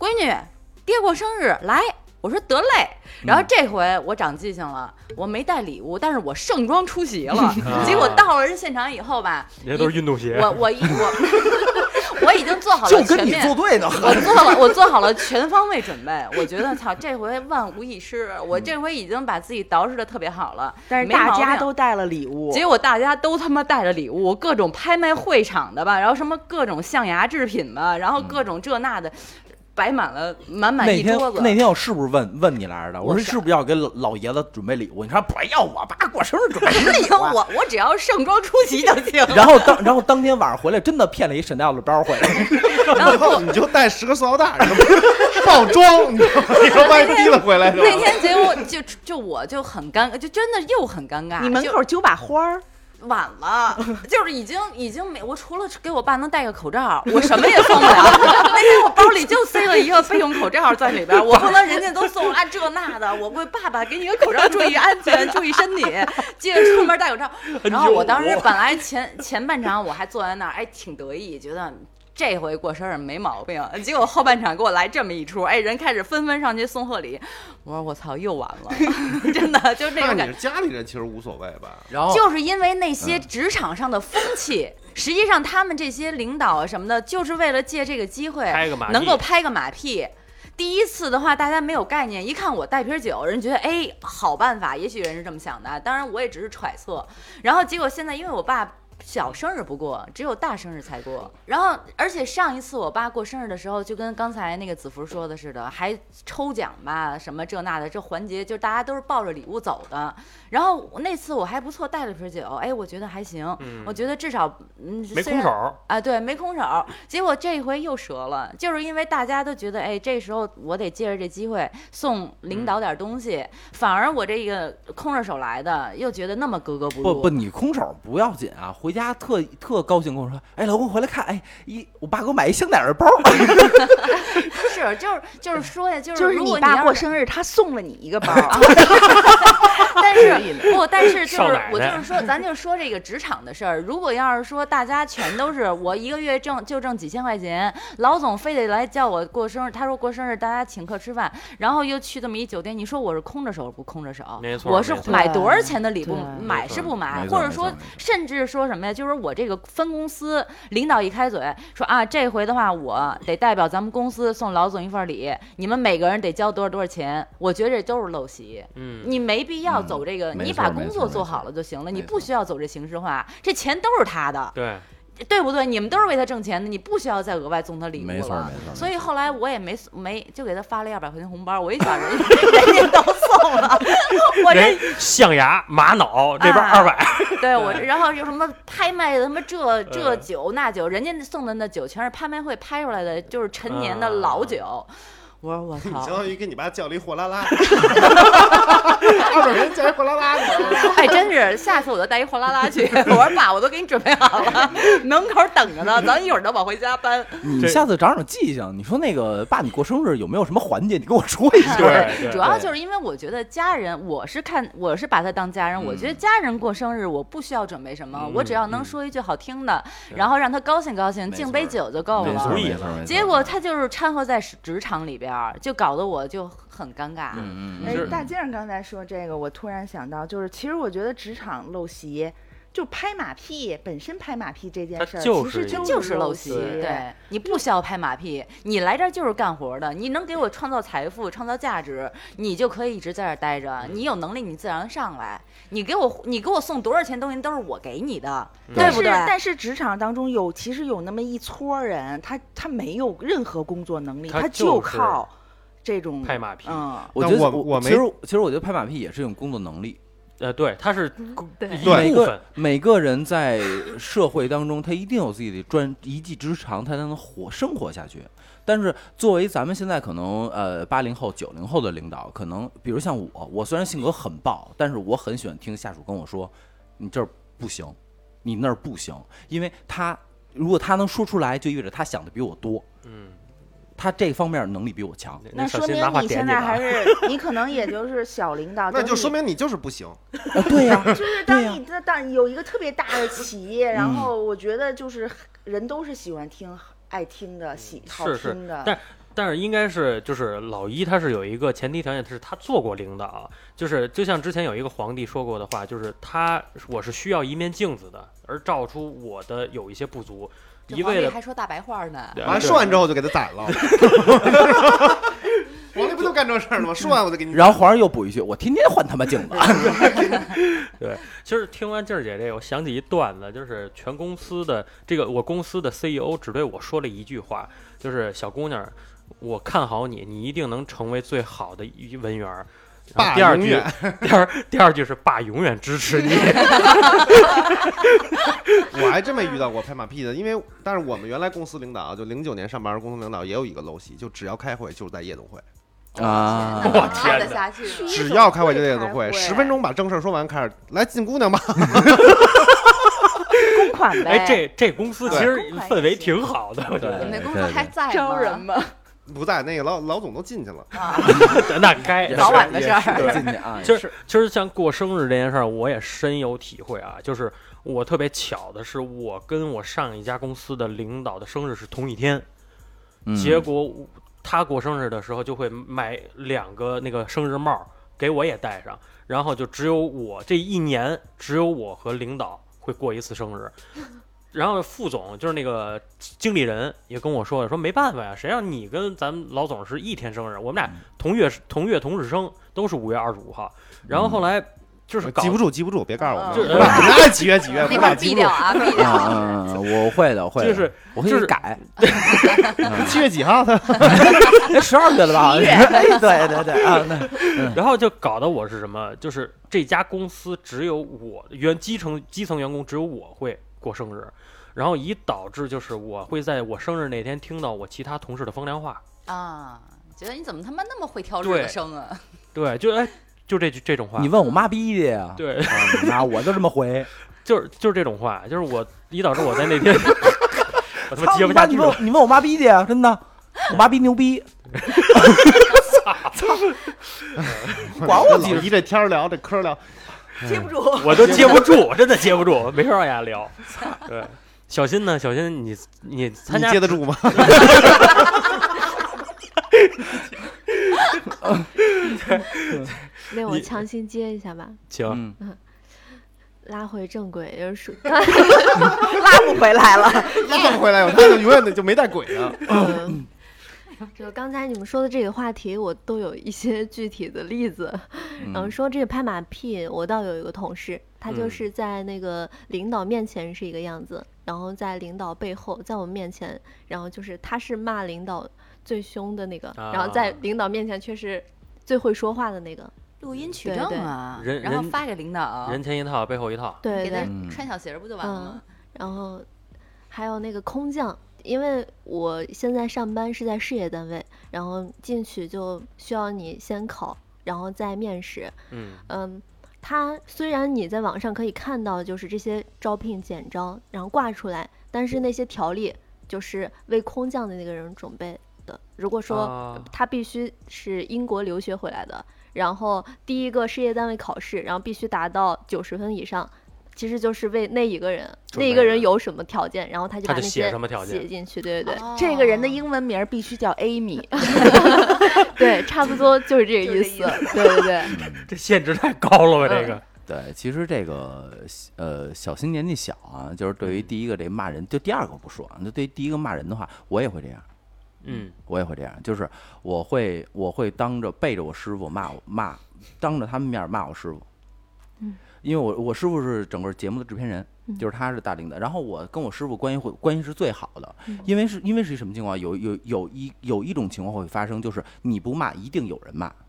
闺女，爹过生日来。”我说得嘞，嗯然后这回我长记性了，我没带礼物，但是我盛装出席 (laughs) 了啊。 (laughs) 结果到了人现场以后吧，人家都是运动鞋，我我一我我 (laughs) 已经做好就了跟全你面作。对呢，我做了，我做好了全方位准备。我觉得操，这回万无一失。我这回已经把自己捯饬的特别好了，但是没毛大家病都带了礼物，结果大家都他妈带着礼物，各种拍卖会场的吧，然后什么各种象牙制品吧，然后各种这那的，摆满了满满那一天桌子。那 (laughs) 天我是不是问问你来着的？我我说是是不是要给老老爷子准备礼物？你看不要我爸过生日准备不礼行，物 (laughs) 啊。我我只要盛装出席就行。然后当然后当天晚上回来，真的骗了一沈大的包回 (laughs) 来。然后然后你就带十个塑料袋儿，爆装，你知道吗？你说万一提了回来是吧那天结果就就我就很尴尬，就真的又很尴尬。你门啊就口揪把花儿，晚了， (laughs) 就是已经已经没我除了给我爸能戴个口罩，我什么也送不了。 (laughs) 那天我包里就塞了一个备用口罩在里边，我不能人家都送啊这那的，我会爸爸给你个口罩，注意安全，注意身体，记得出门戴 (laughs) 口罩。然后我当时本来前前半场我还坐在那儿，哎，挺得意，觉得。这回过生日没毛病，结果后半场给我来这么一出，哎，人开始纷纷上去送贺礼，我说我操，又完了， (laughs) 真的就那那种你感觉是。家里人其实无所谓吧？然后就是因为那些职场上的风气，实际上他们这些领导啊什么的，就是为了借这个机会拍个马屁能够拍个马屁。第一次的话，大家没有概念，一看我带瓶酒，人觉得哎，好办法，也许人是这么想的，当然我也只是揣测。然后结果现在，因为我爸小生日不过，只有大生日才过。然后，而且上一次我爸过生日的时候，就跟刚才那个子福说的似的，还抽奖吧，什么这那的，这环节就大家都是抱着礼物走的。然后那次我还不错，带了瓶酒，哎，我觉得还行，嗯我觉得至少嗯没虽空然手儿，啊，对，没空手儿。结果这一回又折了，就是因为大家都觉得，哎，这时候我得借着这机会送领导点儿东西，反而我这个空着手来的，又觉得那么格格不入。不不，你空手不要紧啊，回家特特高兴跟我说，哎，老公回来看，哎，一我爸给我买一香奈儿包，是，就是就是说呀，就是就是如你果爸要过是生日，他送了你一 (laughs) 个包， (laughs) 但是 (laughs) 不，但是就少是奶我就奶是说，咱就说这个职场的事儿。如果要是说大家全都是我一个月挣就挣几千块钱，老总非得来叫我过生日，他说过生日大家请客吃饭，然后又去这么一酒店，你说我是空着手不空着手？没错我是没错买多少钱的礼不对买没错是 (laughs) 不买，没错或者没说错没错甚至说什么呀？就是我这个分公司领导一开嘴说啊，这回的话我得代表咱们公司送老总一份礼，你们每个人得交多少多少钱，我觉得这都是陋习。嗯，你没必要走这个，嗯你没错把没工错作没错做好了就行了，你没不错需要走这形式化，这钱都是他的，对，对不对？你们都是为他挣钱的，你不需要再额外送他礼没物错了没。错，所以后来我也没没就给他发了二百块钱红包，我一想 (laughs) 人人家都送了，我这人象牙玛瑙这边啊二百，对我，然后有什么拍卖的什么嗯这这呃酒那酒，人家送的那酒全是拍卖会拍出来的，就是陈年嗯的老酒。我说我你相操，当于给你爸叫了一货拉 (laughs) 拉，二百人叫一货拉拉呢。 (laughs) 哎，真是，下次我就带一货拉拉去。我说爸，我都给你准备好了， (laughs) 门口等着呢，咱一会儿能往回家搬。你这下次长长记性，你说那个爸，你过生日有没有什么环节？你跟我说 (laughs) 一下。对对主要就是因为我觉得家人，我是看我是把他当家人，我嗯觉得家人过生日我不需要准备什么，我只要能说一句好听的，然后让他高兴高兴，没敬错杯酒就够没了错。没错结果他就是掺和在职场里边儿，就搞得我就很尴尬。嗯哎是，大静儿刚才说这个，我突然想到，就是其实我觉得职场陋习，就拍马屁本身拍马屁这件它事儿，就是其实一这个就就是陋嗯陋习，对你不需要拍马屁，你来这儿就是干活的，你能给我创造财富、创造价值，你就可以一直在这儿待着。你有能力，你自然上来。你给我，你给我送多少钱东西都是我给你的，对但不是对？但是职场当中有其实有那么一撮人，他他没有任何工作能力，他他就是靠这种拍马屁嗯，我那觉得我我我其没实其实我觉得拍马屁也是一种工作能力，呃，对，它是对一对每部分个，每个人在社会当中，他一定有自己的专一技之长，他才能活生活下去。但是作为咱们现在可能呃八零后、九零后的领导，可能比如像我，我虽然性格很暴，但是我很喜欢听下属跟我说，你这儿不行，你那儿不行，因为他如果他能说出来，就意味着他想的比我多，嗯，他这方面能力比我强。那那小说心明拿话你点现你在啊 (laughs) 还！是你可能也就是小领导，那等就你说明你就是不行。啊，对呀、就是对呀当你的当有一个特别大的企嗯业，然后我觉得就是人都是喜欢听爱听的、喜嗯好是是听的，但但是应该是就是老一，他是有一个前提条件，是他做过领导，就是就像之前有一个皇帝说过的话，就是他我是需要一面镜子的，而照出我的有一些不足，这一皇味帝的还说大白话呢。对完了说完之后就给他宰 (laughs) 了。皇帝不就干这事儿了吗？说完我就给你。然后皇上又补一句：“我天天换他妈镜子。其实听完静儿姐这个，我想起一段子，就是全公司的这个我公司的 CEO 只对我说了一句话，就是小姑娘，我看好你，你一定能成为最好的一文员儿。然后爸第二永句， (laughs) 第二第二句是爸永远支持你。 (laughs) 我还真没遇到过拍马屁的，因为但是我们原来公司领导啊就零九年上班的公司领导也有一个陋习，就只要开会就是在夜总会，啊 (laughs) 天 (laughs) 我天哪看得哪下去吗去只要开会就在夜总夜总会开会十分钟把正事儿说完，开始来进姑娘吧。 (laughs) 公款呗，哎，这这公司其对实公款氛也围行挺好的，我觉得你们那对工对作还在招人吗？吗？不在那个老老总都进去了，啊， (laughs) 那该也早是晚的也事儿是对进去啊，其实其实像过生日这件事儿，我也深有体会啊。就是我特别巧的是，我跟我上一家公司的领导的生日是同一天，嗯结果我他过生日的时候就会买两个那个生日帽给我也戴上，然后就只有我这一年只有我和领导会过一次生日。然后副总就是那个经理人也跟我说了，说没办法呀，谁让你跟咱们老总是一天生日，我们俩嗯同月同月同日生，都是五月二十五号。然后后来就是搞记不住，记不住，别告诉我就们，是你们 (laughs) 爱几月几月，那我块俩儿记毙不住 (laughs) 啊掉。啊，毙掉。啊啊！我会的，我会的，就是我可以就是改。七月几 (laughs) 号的？哎十二月的吧？ 11 (laughs) 月对对对啊，那然后就搞得我是什么？就是这家公司只有我原基层基层员工只有我会过生日，然后以导致就是我会在我生日那天听到我其他同事的风凉话。啊，觉得你怎么他妈那么会挑日对子生啊？对，就哎，就这句这种话。你问我妈逼的呀？对， (laughs) 啊，你妈我就这么回。就是就是这种话，就是我以导致我在那 (laughs) 天我他妈接不操下你去妈你了。问你问我妈逼的呀？真的，我妈逼 (laughs) 牛逼。操！管 (laughs) 我几老姨这天儿聊，这嗑儿聊，接不住，我都接不住，我 (laughs) 真的接不住，没法往下聊。对，小新呢？小新你，你参你加接得住吗？那我你强行接一下吧，行，嗯，拉回正轨，就是 (laughs) 说拉不回来了。 (laughs) 那 (laughs) 么回来，我他就永远的就没带啊轨呢。嗯，就刚才你们说的这个话题，我都有一些具体的例子。嗯然后说这个拍马屁，我倒有一个同事，他就嗯是在那个领导面前是一个样子，然后在领导背后，在我们面前，然后就是他是骂领导最凶的那个，然后在啊领导面前却是最会说话的那个。录音取对证对啊，人然后人发给领导，人前一套，背后一套。对给他对，嗯穿小鞋儿不就完了吗？然后还有那个空降，因为我现在上班是在事业单位，然后进去就需要你先考，然后再面试。嗯嗯，它虽然你在网上可以看到就是这些招聘简章，然后挂出来，但是那些条例就是为空降的那个人准备的。如果说啊他必须是英国留学回来的，然后第一个事业单位考试，然后必须达到九十分以上。其实就是为那一个人，准那备一个人的有什么条件，然后他就他把就那写些什么条件写进去，对对对、嗯哦这个人的英文名必须叫 Amy，对，差不多就是这个就意是思这意，对 (laughs) 对对，这限制太高了吧？嗯这个，对，其实这个呃，小新年纪小啊，就是对嗯于第一个这骂人，就第二个不说，啊就对于第一个骂人的话，我也会这样。嗯，我也会这样，就是我会我会当着背着我师傅骂我骂，当着他们面儿骂我师傅。嗯，因为我我师傅是整个节目的制片人，嗯就是他是大领导。然后我跟我师傅关系会关系是最好的，嗯因为是因为是什么情况？有有有一有一种情况会发生，就是你不骂，一定有人骂。嗯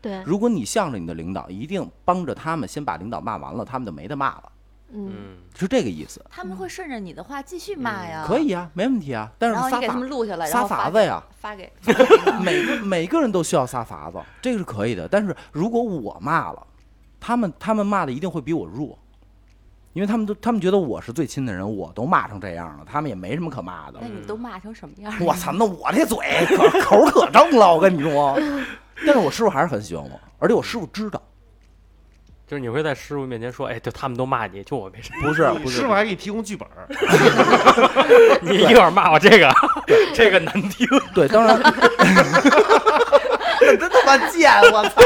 对，嗯如果你向着你的领导，一定帮着他们先把领导骂完了，他们就没得骂了，嗯，嗯，是这个意思。他们会顺着你的话继续骂呀，嗯可，以啊，没问题啊，但是然后撒你给他法们录下来，然撒后发法给子呀，发给， (laughs) 每个每个人都需要撒法子，这个是可以的。但是如果我骂了，他们他们骂的一定会比我弱，因为他们都他们觉得我是最亲的人，我都骂成这样了，他们也没什么可骂的那。哎你都骂成什么样？ (laughs) 我操，那我这嘴可 (laughs) 口可正了，我跟你说。 (laughs) 但是我师傅还是很喜欢我，而且我师傅知道，就是你会在师傅面前说，哎，就他们都骂你，就我没事，不是不师是傅，还给你提供剧本儿，你一会儿骂我这个，这个难听，对，当然 (laughs) 真他妈贱，我 (laughs) 操，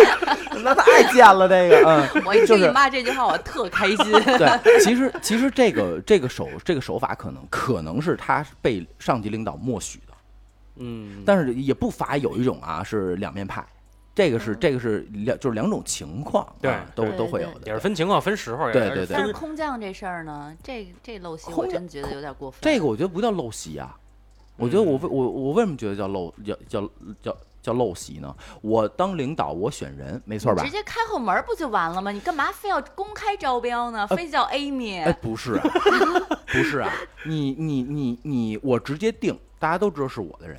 那太贱了这个，嗯。我一就听你是骂这句话，我特开心。 (laughs) 对，其实其实这个这个手这个手法可能可能是他被上级领导默许的，嗯，但是也不乏有一种啊是两面派，这个是这个是两就是两种情况啊、嗯对都对都会有对也的。是分情况分时候，也对是对对但是分空降这事儿呢，这这陋习我空真觉得有点过分。这个我觉得不叫陋习啊，我觉得嗯我为我我为什么觉得叫陋叫叫叫叫陋习呢？我当领导我选人，没错吧直？接开后门不就完了吗？你干嘛非要公开招标呢？呃非叫 Amy？、哎，不是、啊， (laughs) 不是啊，你你你你，我直接定，大家都知道是我的人，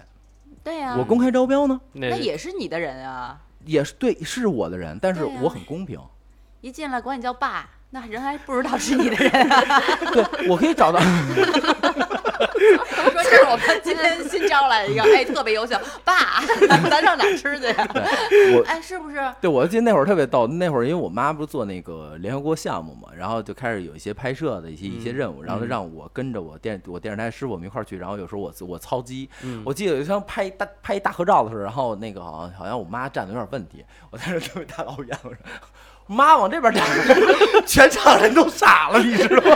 对呀、我公呃开招标呢，那那也是你的人啊！也是对，是我的人，但是对呀我很公平。 (laughs) 一进来管你叫爸，那人还不知道是你的 (laughs) 人、啊。对，我可以找到， (laughs) 他们说这是我们今天新招来的一个，哎，特别优秀。爸，咱上哪儿吃去呀？我哎，是不是？对我记得那会儿特别逗，那会儿因为我妈不是做那个联合国项目嘛，然后就开始有一些拍摄的一些一些嗯任务，然后嗯就让我跟着我电我电视台师傅我们一块儿去，然后有时候我我操机，嗯我记得有一张拍大拍大合照的时候，然后那个好像好像我妈站的有点问题，我当时特别大老远我说。妈往这边站，全场人都傻了，你知道吗？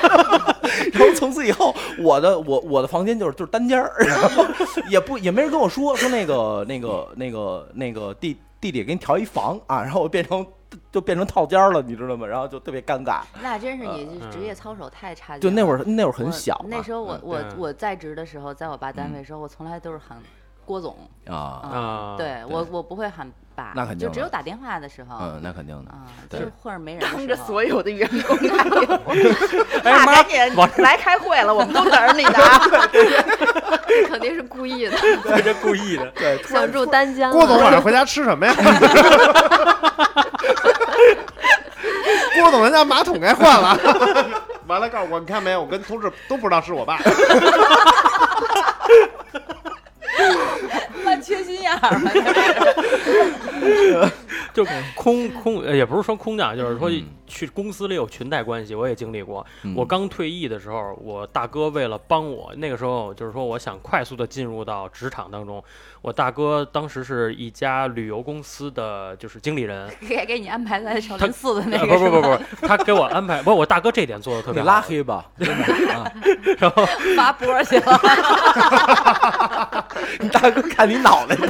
然后从此以后，我的我我的房间就是就是单间儿，然后也不也没人跟我说说那个那个那个那个弟弟弟给你调一房啊，然后我变成就变成套间儿了，你知道吗？然后就特别尴尬。那真是你呃这职嗯业操守太差劲了。就那会儿儿那会儿很小嘛，啊那时候哎我我对嗯我在职的时候，在我爸单位的时候，我从来都是喊郭总。啊，啊对我我不会喊爸，那肯定就只的有打电话的时候。嗯，那肯定的。啊，就对是或者没人的时候。当着所有的员工打电话， (laughs) 哎爸妈赶紧往来开会 (laughs) 了，我们都等着你呢啊。 (laughs) 肯定是故意的，这是故意的，对，突然想住啊单间了。郭总晚上回家吃什么呀？ (laughs) 郭总，人家马桶该换了。完了，告诉我，你看没有？我跟同事都不知道是我爸。 (laughs) 妈缺心眼儿嘛，就是就空空呃也不是说空降，就是说嗯去公司里有裙带关系，我也经历过。嗯我刚退役的时候，我大哥为了帮我，那个时候就是说我想快速的进入到职场当中。我大哥当时是一家旅游公司的就是经理人，给给你安排在少他林寺的那呃个。不不不不，他给我安排，不是我大哥这点做的特你别拉好，黑吧，然后不，发波去 (laughs) 了。你大哥看你脑袋疼，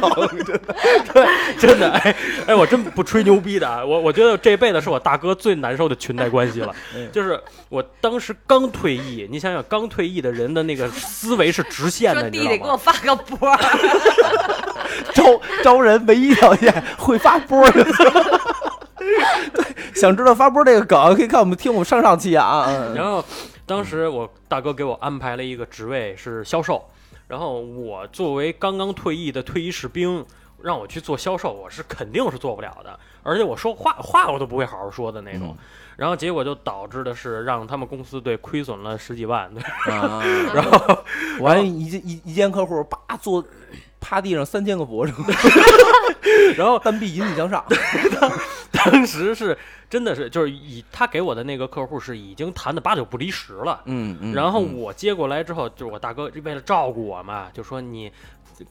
(laughs) 真的，哎哎，我真不吹牛逼的啊！我我觉得这辈子是我大哥最难受的裙带关系了嗯，就是我当时刚退役，你想想刚退役的人的那个思维是直线说的，你弟弟知给道我吗？发个波儿， (laughs) 招招人唯一条件会发波就行。 (laughs) 对，想知道发波这个梗，可以看我们听我们上上期啊。嗯然后当时我大哥给我安排了一个职位是销售，然后我作为刚刚退役的退役士兵。让我去做销售，我是肯定是做不了的，而且我说话话我都不会好好说的那种，嗯然后结果就导致的是让他们公司队亏损了十几万， (laughs) 啊， (laughs) 然后我还一一一间客户叭坐趴地上三千个 (laughs) 脖子，然后单臂引体向上。当时是真的是就是以他给我的那个客户是已经谈的八九不离十了，嗯嗯然后我接过来之后，就是我大哥为了照顾我嘛，就说你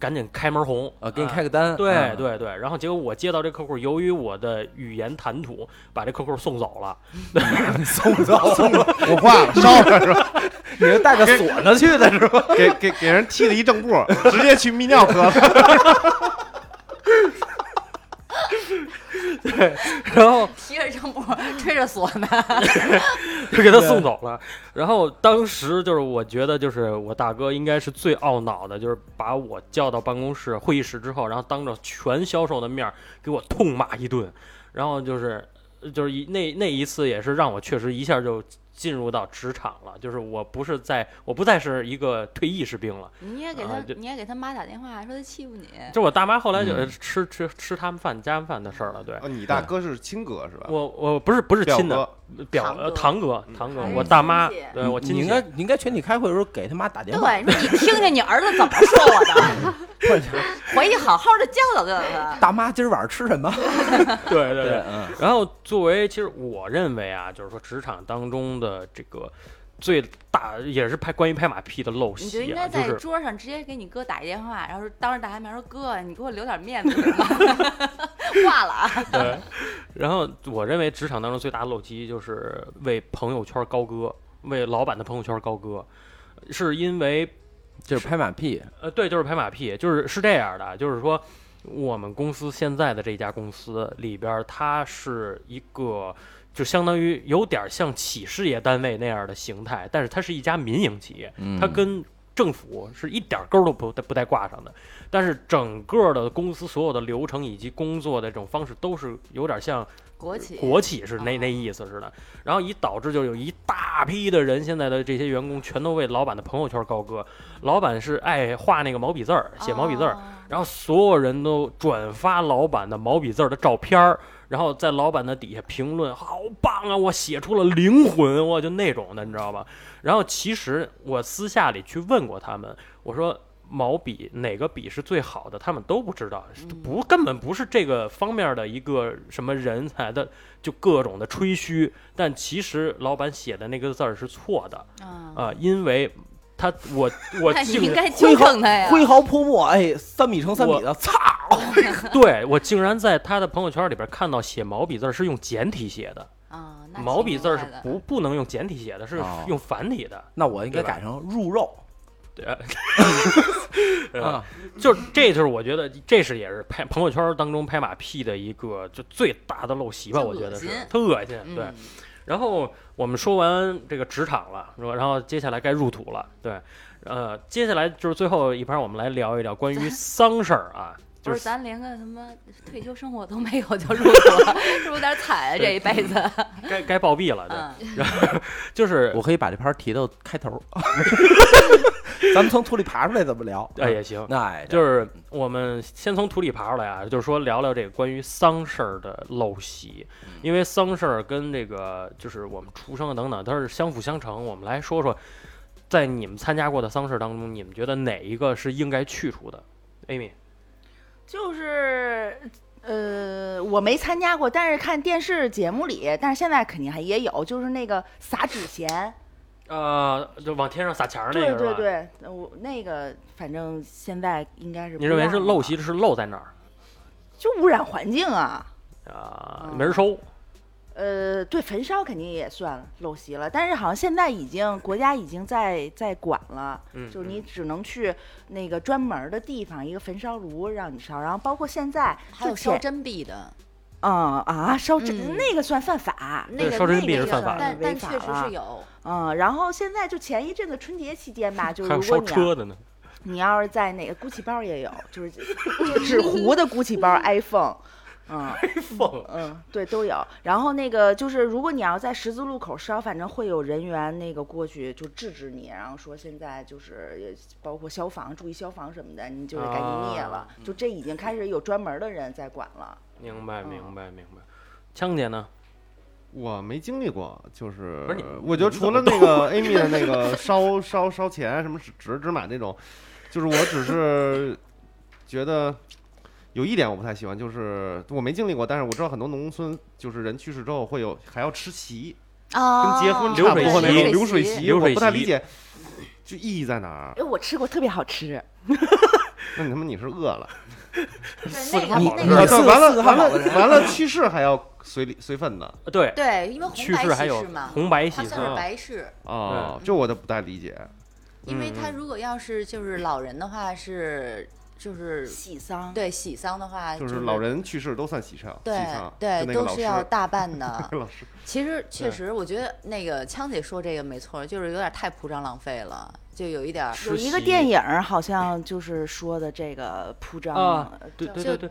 赶紧开门红啊，给你啊开个单。对嗯，对对，然后结果我接到这客户，由于我的语言谈吐，把这客户送走了。送 (laughs) 走，我挂了，烧了是吧？你是带着锁着去的是吧？ (laughs) 给给给人踢了一正步，直接去泌尿科 (laughs) 了。然后 (laughs) 提着张波儿，吹着唢呐，就给他送走了。然后当时就是我觉得就是我大哥应该是最懊恼的，就是把我叫到办公室会议室之后，然后当着全销售的面儿给我痛骂一顿，然后就是就是一那那一次也是让我确实一下就。进入到职场了，就是我不是在，我不再是一个退役士兵了。你也给啊他就，你也给他妈打电话说他欺负你，就我大妈后来就嗯吃、吃吃他们饭家们饭的事儿了。对，哦，你大哥是亲哥是吧？我我不是不是表亲的，哥表呃堂哥嗯堂哥哎还，是我大妈亲戚，对我亲你戚应该你应该全体开会的时候给他妈打电话，对，你听听你儿子怎么说我 (laughs) 的，回去好好的教导教导他。大妈今儿晚上吃什么？对对对，对。嗯，然后作为其实我认为啊，就是说职场当中的这个最大也是拍关于拍马屁的陋你就应习啊，该就在是桌上直接给你哥打一电话，然后当着大家面说：“哥，你给我留点面 (laughs) 子行吗？”挂了啊！对。然后我认为职场当中最大的陋习就是为朋友圈高歌，为老板的朋友圈高歌，是因为就是拍马屁，呃，对，就是拍马屁，就是是这样的，就是说我们公司现在的这家公司里边儿，它是一个就相当于有点儿像企事业单位那样的形态，但是它是一家民营企业，嗯它跟政府是一点儿钩儿都不不带挂上的。但是整个的公司所有的流程以及工作的这种方式，都是有点像国企，国企是那哦那意思似的，然后以导致就有一大批的人，现在的这些员工全都为老板的朋友圈高歌，老板是爱画那个毛笔字儿，写毛笔字儿，哦然后所有人都转发老板的毛笔字儿的照片儿，然后在老板的底下评论，好棒啊，我写出了灵魂，我就那种的，你知道吧？然后其实我私下里去问过他们，我说。毛笔哪个笔是最好的，他们都不知道，嗯不根本不是这个方面的一个什么人才的，就各种的吹嘘。但其实老板写的那个字儿是错的啊啊、因为他我 (laughs) 我那你竟应然该纠正他呀。挥毫泼墨，哎，三米乘三米的，操！ (laughs) 对我竟然在他的朋友圈里边看到写毛笔字儿是用简体写的，啊，那毛笔字儿是挺厉害的不不能用简体写的，是哦用繁体的。那我应该对吧改成入肉 (laughs) 对呃对吧啊，呃就是这就是我觉得这是也是拍朋友圈当中拍马屁的一个就最大的陋习吧，特我觉得是恶心特恶心。对，嗯然后我们说完这个职场了，是吧？然后接下来该入土了，对，呃，接下来就是最后一盘，我们来聊一聊关 (laughs) 于丧事儿啊，不，就是是咱连个他妈退休生活都没有就入土了，是不是有点惨啊？这一辈子，该该暴毙了，对，嗯，就是我可以把这盘提到开头， (laughs) 咱们从土里爬出来怎么聊？哎也行，那哎就是我们先从土里爬出来啊，就是说聊聊这个关于丧事儿的陋习，因为丧事儿跟这个就是我们出生等等，它是相辅相成。我们来说说，在你们参加过的丧事儿当中，你们觉得哪一个是应该去除的？Amy，就是呃，我没参加过，但是看电视节目里，但是现在肯定还也有，就是那个撒纸钱，呃，就往天上撒钱儿那对个是对吧？对，呃我那个反正现在应该是你认为是不让了陋习，是漏在哪儿就污染环境啊。啊哦？没人收，呃，对，焚烧肯定也算陋习了，但是好像现在已经国家已经在在管了，嗯，就是你嗯只能去那个专门儿的地方，一个焚烧炉让你烧，然后包括现在还有就烧前真币的，嗯啊，烧纸、嗯那个算犯法，那个烧真那币个是犯法的但违但法确实了是有，嗯，然后现在就前一阵子春节期间吧，就还有如烧果你要车的呢，你要是在哪个 GUCCI 包也有， (laughs) 就是纸糊的 GUCCI 包、iPhone，嗯疯 (laughs) 了嗯，对，都有。然后那个就是，如果你要在十字路口烧，反正会有人员那个过去就制止你，然后说现在就是也包括消防，注意消防什么的，你就是赶紧灭了。啊就这已经开始有专门的人在管了。明白嗯明白明白。枪姐呢？我没经历过，就是不是你我觉得除了那个 Amy 的那个烧 (laughs) 烧烧钱什么纸纸纸马那种，就是我只是觉得有一点我不太喜欢，就是我没经历过，但是我知道很多农村就是人去世之后会有还要吃席，跟哦，结婚流差不水多那席种流水席，流水我不太席理解，就意义在哪儿？哎，我吃过，特别好吃。那你他妈你是饿了，对那你个你那啊是对个完四了个完好了的人完了去世还要随礼随份子对，对，因为红去白世还有喜事嘛，红白它喜事啊算儿，是白事，啊哦，这我都不太理解。因为他嗯嗯如果要是就是老人的话是就是喜丧，对喜丧的话，就是是老人去世都算喜丧，对喜丧对就那个都老是师。要大办的 (laughs) 老师，其实确对实，我觉得那个枪姐说这个没错，就是有点太铺张浪费了，就有一点儿是有一个实习电影儿好像就是说的这个铺张啊，对叫对就对对，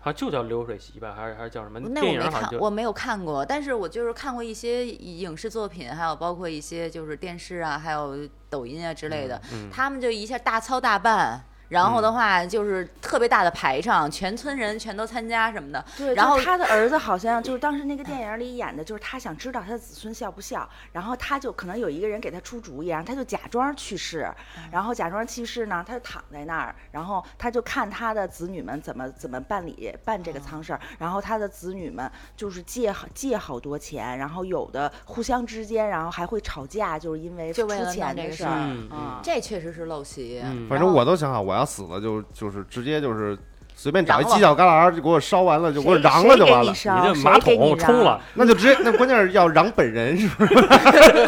好像就叫流水席吧，还是还是叫什么？那电我影没好像看，就我没有看过，但是我就是看过一些影视作品，还有包括一些就是电视啊，还有抖音啊之类的，嗯他们就一下大操大办。然后的话就是特别大的排场，全村人全都参加什么的，嗯对，然就后他的儿子好像就是当时那个电影里演的，就是他想知道他的子孙孝不孝，然后他就可能有一个人给他出主意，然啊后他就假装去世，嗯然后假装去世呢，他就躺在那儿，然后他就看他的子女们怎么怎么办理办哦这个丧事儿，然后他的子女们就是借好借好多钱，然后有的互相之间，然后还会吵架，就是因为就出为了钱弄这的个事事儿儿嗯啊。这确实是陋习。嗯反正我都想好，我要死了就就是直接就是随便找一瓤了犄角旮旯就给我烧完了，就谁给我瓤了就完了。你你啊这马桶冲了，，那就直接，那关键是要嚷本人，是不 (laughs) 是？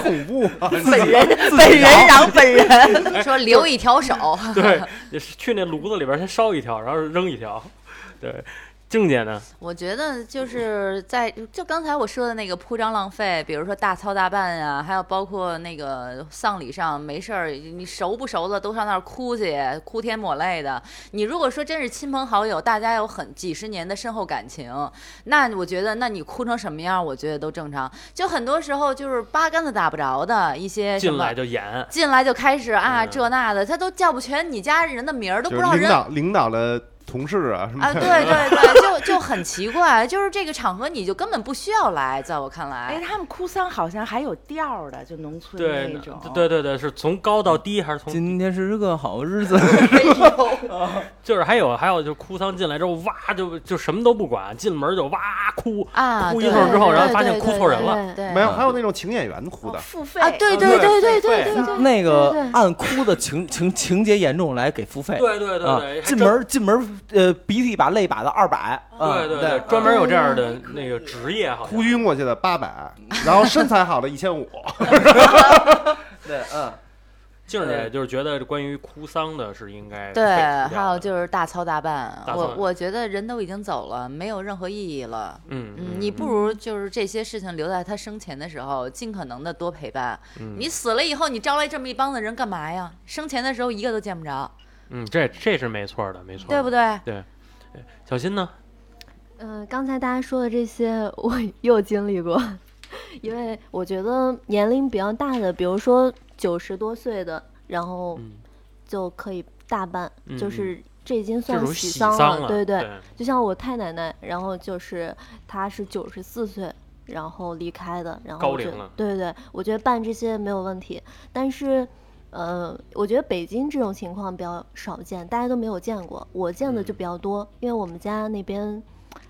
恐怖啊！本人本人嚷本人，说留一条手， (laughs) 对，也是去那炉子里边先烧一条，然后扔一条。对，静姐呢？我觉得就是在就刚才我说的那个铺张浪费，比如说大操大办呀、还有包括那个丧礼上没事儿，你熟不熟的都上那儿哭去，哭天抹泪的。你如果说真是亲朋好友，大家有很几十年的深厚感情，那我觉得那你哭成什么样，我觉得都正常。就很多时候就是八竿子打不着的一些什进么来就演，进来就开始啊嗯这那的，他都叫不全你家人的名儿，都就不是领知道人导领导的同事啊什么啊，的对对对，就就很奇怪，就是这个场合你就根本不需要来，在我看哎，来，他们哭丧好像还有调儿的，就农村对那种。对对对，是从高到低还是从？ (laughs) 今天是个好日子，就是还有还有就是哭丧进来之后哇就就什么都不管，进门就哇哭，啊，哭一对会儿之后，然后发现对哭错人了。对没对对有，还有那种请演员哭的，哦付费啊，对对对对对对对对对对，那个对对按哭的情情情节严重来给付费。对对对啊对，还，进真门进门呃，鼻涕一把泪一把的二百。啊对对对，专门有这样的嗯那个职业好像哭晕过去的八百，然后身材好的一千五，对，嗯，静姐就是觉得关于哭丧的是应该对，废除还掉有的就是大操大办，大操我我觉得人都已经走了，没有任何意义了。嗯嗯，你不如就是这些事情留在他生前的时候，尽可能的多陪伴。嗯你死了以后，你招来这么一帮子人干嘛呀？生前的时候一个都见不着，嗯这这是没错的，没错的，对不对？小新呢？嗯、刚才大家说的这些， (laughs) 我又经历过， (laughs) 因为我觉得年龄比较大的，比如说九十多岁的，然后嗯，就可以大办，嗯就嗯是这已经这算种喜喜丧丧对对，就像我太奶奶，然后就是她是九十四岁，然后离开的，然后高我觉龄了对对，我觉得办这些没有问题，但是。呃，我觉得北京这种情况比较少见，大家都没有见过，我见的就嗯比较多，因为我们家那边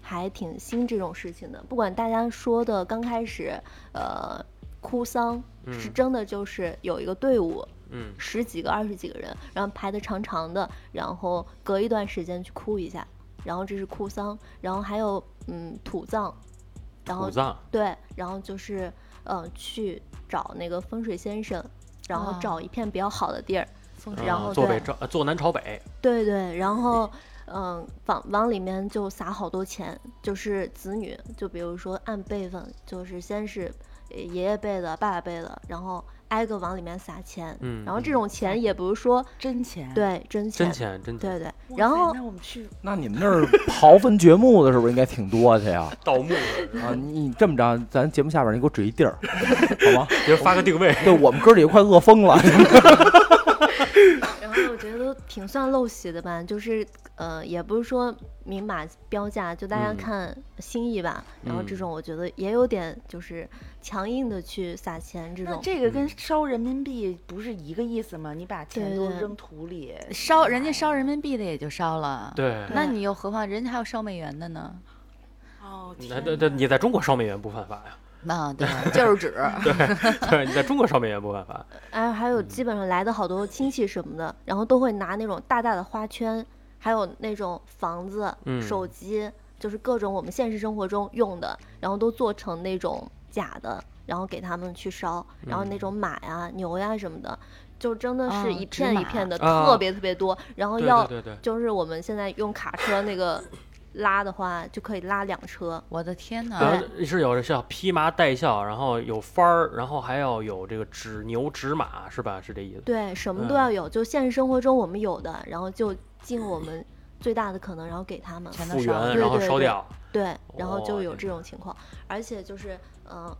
还挺兴这种事情的。不管大家说的刚开始，呃，哭丧是嗯真的，就是有一个队伍，嗯十几个、二十几个人，然后排的长长的，然后隔一段时间去哭一下，然后这是哭丧，然后还有嗯土葬，然后土葬，对，然后就是嗯、呃去找那个风水先生，然后啊找一片比较好的地儿，然啊后坐对北朝呃坐南朝北，对对，然后嗯往往里面就撒好多钱，就是子女，就比如说按辈分，就是先是呃爷爷辈的、爸爸辈的，然后挨个往里面撒钱，嗯然后这嗯种钱也不是说。真钱。对，真钱，真钱真钱，对对，哇塞，然后那我们去那你们那儿刨坟掘墓的是不是应该挺多去呀？ (laughs) 盗墓啊，你这么着，咱节目下边儿你给我指一地儿， (laughs) 好吗？别发个定位，对我们哥几个快饿疯了。然后我觉得挺算陋习的吧，就是呃，也不是说明码标价，就大家嗯看心意吧。然后这嗯种我觉得也有点就是强硬的去撒钱这那种，这个嗯跟烧人民币不是一个意思吗？你把钱对都对扔土里，烧人家烧人民币的也就烧了，对。那你又何况人家还有烧美元的呢？哦，那天那那哪你在中国烧美元不犯法 (laughs) 呀？ (laughs) 啊，对，就是指对，你在中国烧美元不犯法。哎，还嗯有基本上来的好多亲戚什么的，然后都会拿那种大大的花圈，还有那种房子、嗯手机，就是各种我们现实生活中用的，然后都做成那种假的，然后给他们去烧，然后那嗯种马呀、牛呀什么的，就真的哦是一纸片一马片的，啊特别特别多，然后对哦要对对对，就是我们现在用卡车那个拉的话，就可以拉两车。我的天然哪！后是有这叫披麻戴孝，然后有幡儿，然后还要有这个纸牛纸马，是吧？是这意思？对，什么嗯都要有，就现实生活中我们有的，然后就尽我们最大的可能，然后给他们。全都复烧了原，对然后对烧对掉。对，然后哦就有天这种情况，而且就是，嗯、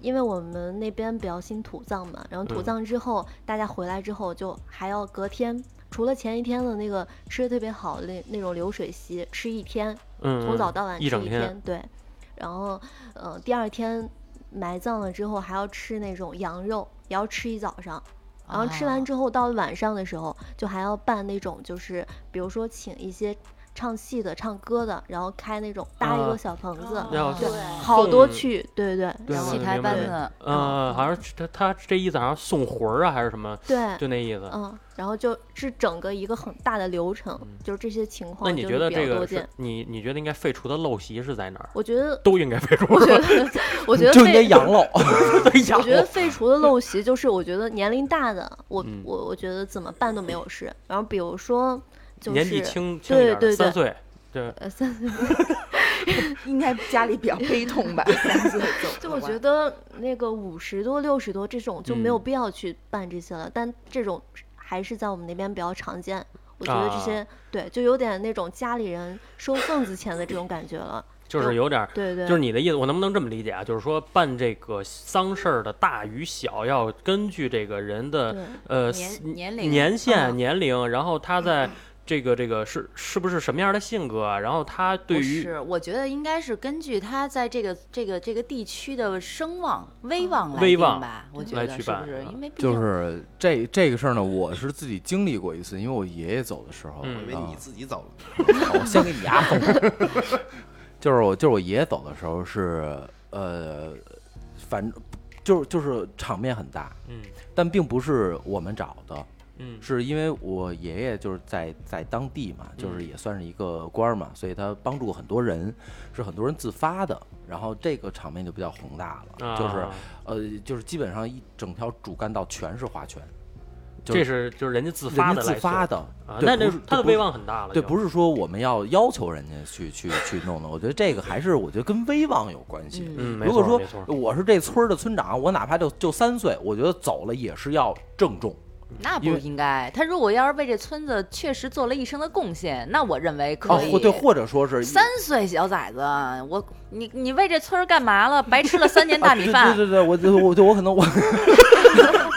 因为我们那边比较兴土葬嘛，然后土嗯葬之后，大家回来之后就还要隔天，除了前一天的那个吃的特别好的那那种流水席，吃一天，嗯，从早嗯到晚一吃整一天对，然后，呃，第二天埋葬了之后还要吃那种羊肉，也要吃一早上。然后吃完啊之后，到了晚上的时候，就还要办那种，就是比如说请一些唱戏的、唱歌的，然后开那种搭一啊个小棚子，哦要对好多送去，对对对然后戏明台白班明子，呃，好像是他他这意思好像送魂儿啊，还是什么，对，就那意思。嗯，然后就是整个一个很大的流程，嗯就是这些情那况你就觉是得比较这多个见是。你你觉得应该废除的陋习是在哪儿？我 (laughs) 觉得，都应该废除，我觉得，(laughs) 我觉得就应该废，养 (laughs) 老。对呀我觉得废除的 (laughs) 陋习就是，我觉得年龄大的，我嗯我我觉得怎么办都没有事。然后比如说，就年纪是轻轻一点对儿，对三岁，对，呃三岁应该家里比较悲 (laughs) 痛吧？三岁走就的我话觉得那个五十多、六十多这种就没有嗯必要去办这些了，但这种还是在我们那边比较常见。我觉得这啊些、对，就有点那种家里人收份子钱的这种感觉了。就是有点儿。对对，就是你的意思，我能不能这么理解啊？就是说，办这个丧事儿的大与小，要根据这个人的对呃年年龄年限、嗯年龄，然后他嗯在这个这个是是不是什么样的性格啊？然后他对不于是，我觉得应该是根据他在这个这个这个地区的声望、威望来威定望吧。我觉来得去是办不是？啊因为毕就竟是这这个事儿呢，我是自己经历过一次，因为我爷爷走的时候，嗯 (laughs) 以为啊你自己走了。 (laughs) 我哦先给你 (laughs) 压后。就是我就是我爷爷走的时候是呃，反正就是就是场面很大，嗯但并不是我们找的，嗯是因为我爷爷就是在在当地嘛，就是也算是一个官儿嘛，所以他帮助过很多人，是很多人自发的。然后这个场面就比较宏大了，就是啊呃，就是基本上一整条主干道全是花圈，就这是就是人家自人发家的自来发做的。啊，对那不那是他的就不是威望很大了就，对，不是说我们要要求人家去去去弄的，我觉得这个还是我觉得跟威望有关系。嗯嗯，没如果错说没错，我是这村儿的村长，我哪怕就就三岁，我觉得走了也是要郑重。那不因为应该。他如果要是为这村子确实做了一生的贡献，那我认为啊可以。，或对，或者说是三岁小崽子，我你你为这村儿干嘛了？白吃了三年大米饭。啊、对对对对，我就我就我可能 (laughs) 我，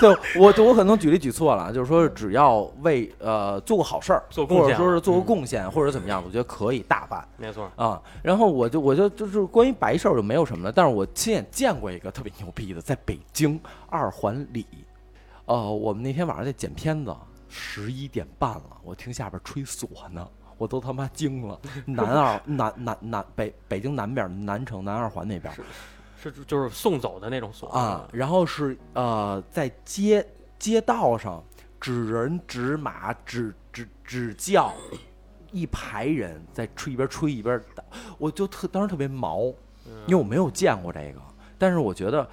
对我就我可能举例举错了，就是说只要为呃做过好事儿，做贡或者献说了是做过嗯贡献、或者怎么样，我觉得可以大办没错，啊。然后我就我就就是关于白事儿就没有什么了，但是我亲眼见过一个特别牛逼的，在北京二环里，呃，我们那天晚上在剪片子，十一点半了，我听下边吹唢呐。我都他妈惊了，南二南南南北北京南边南城南二环那边，是就是送走的那种所啊，然后是呃，在街街道上指人指马指指指教，一排人在吹一边吹一边打，我就特当时特别毛，嗯因为我没有见过这个，但是我觉得。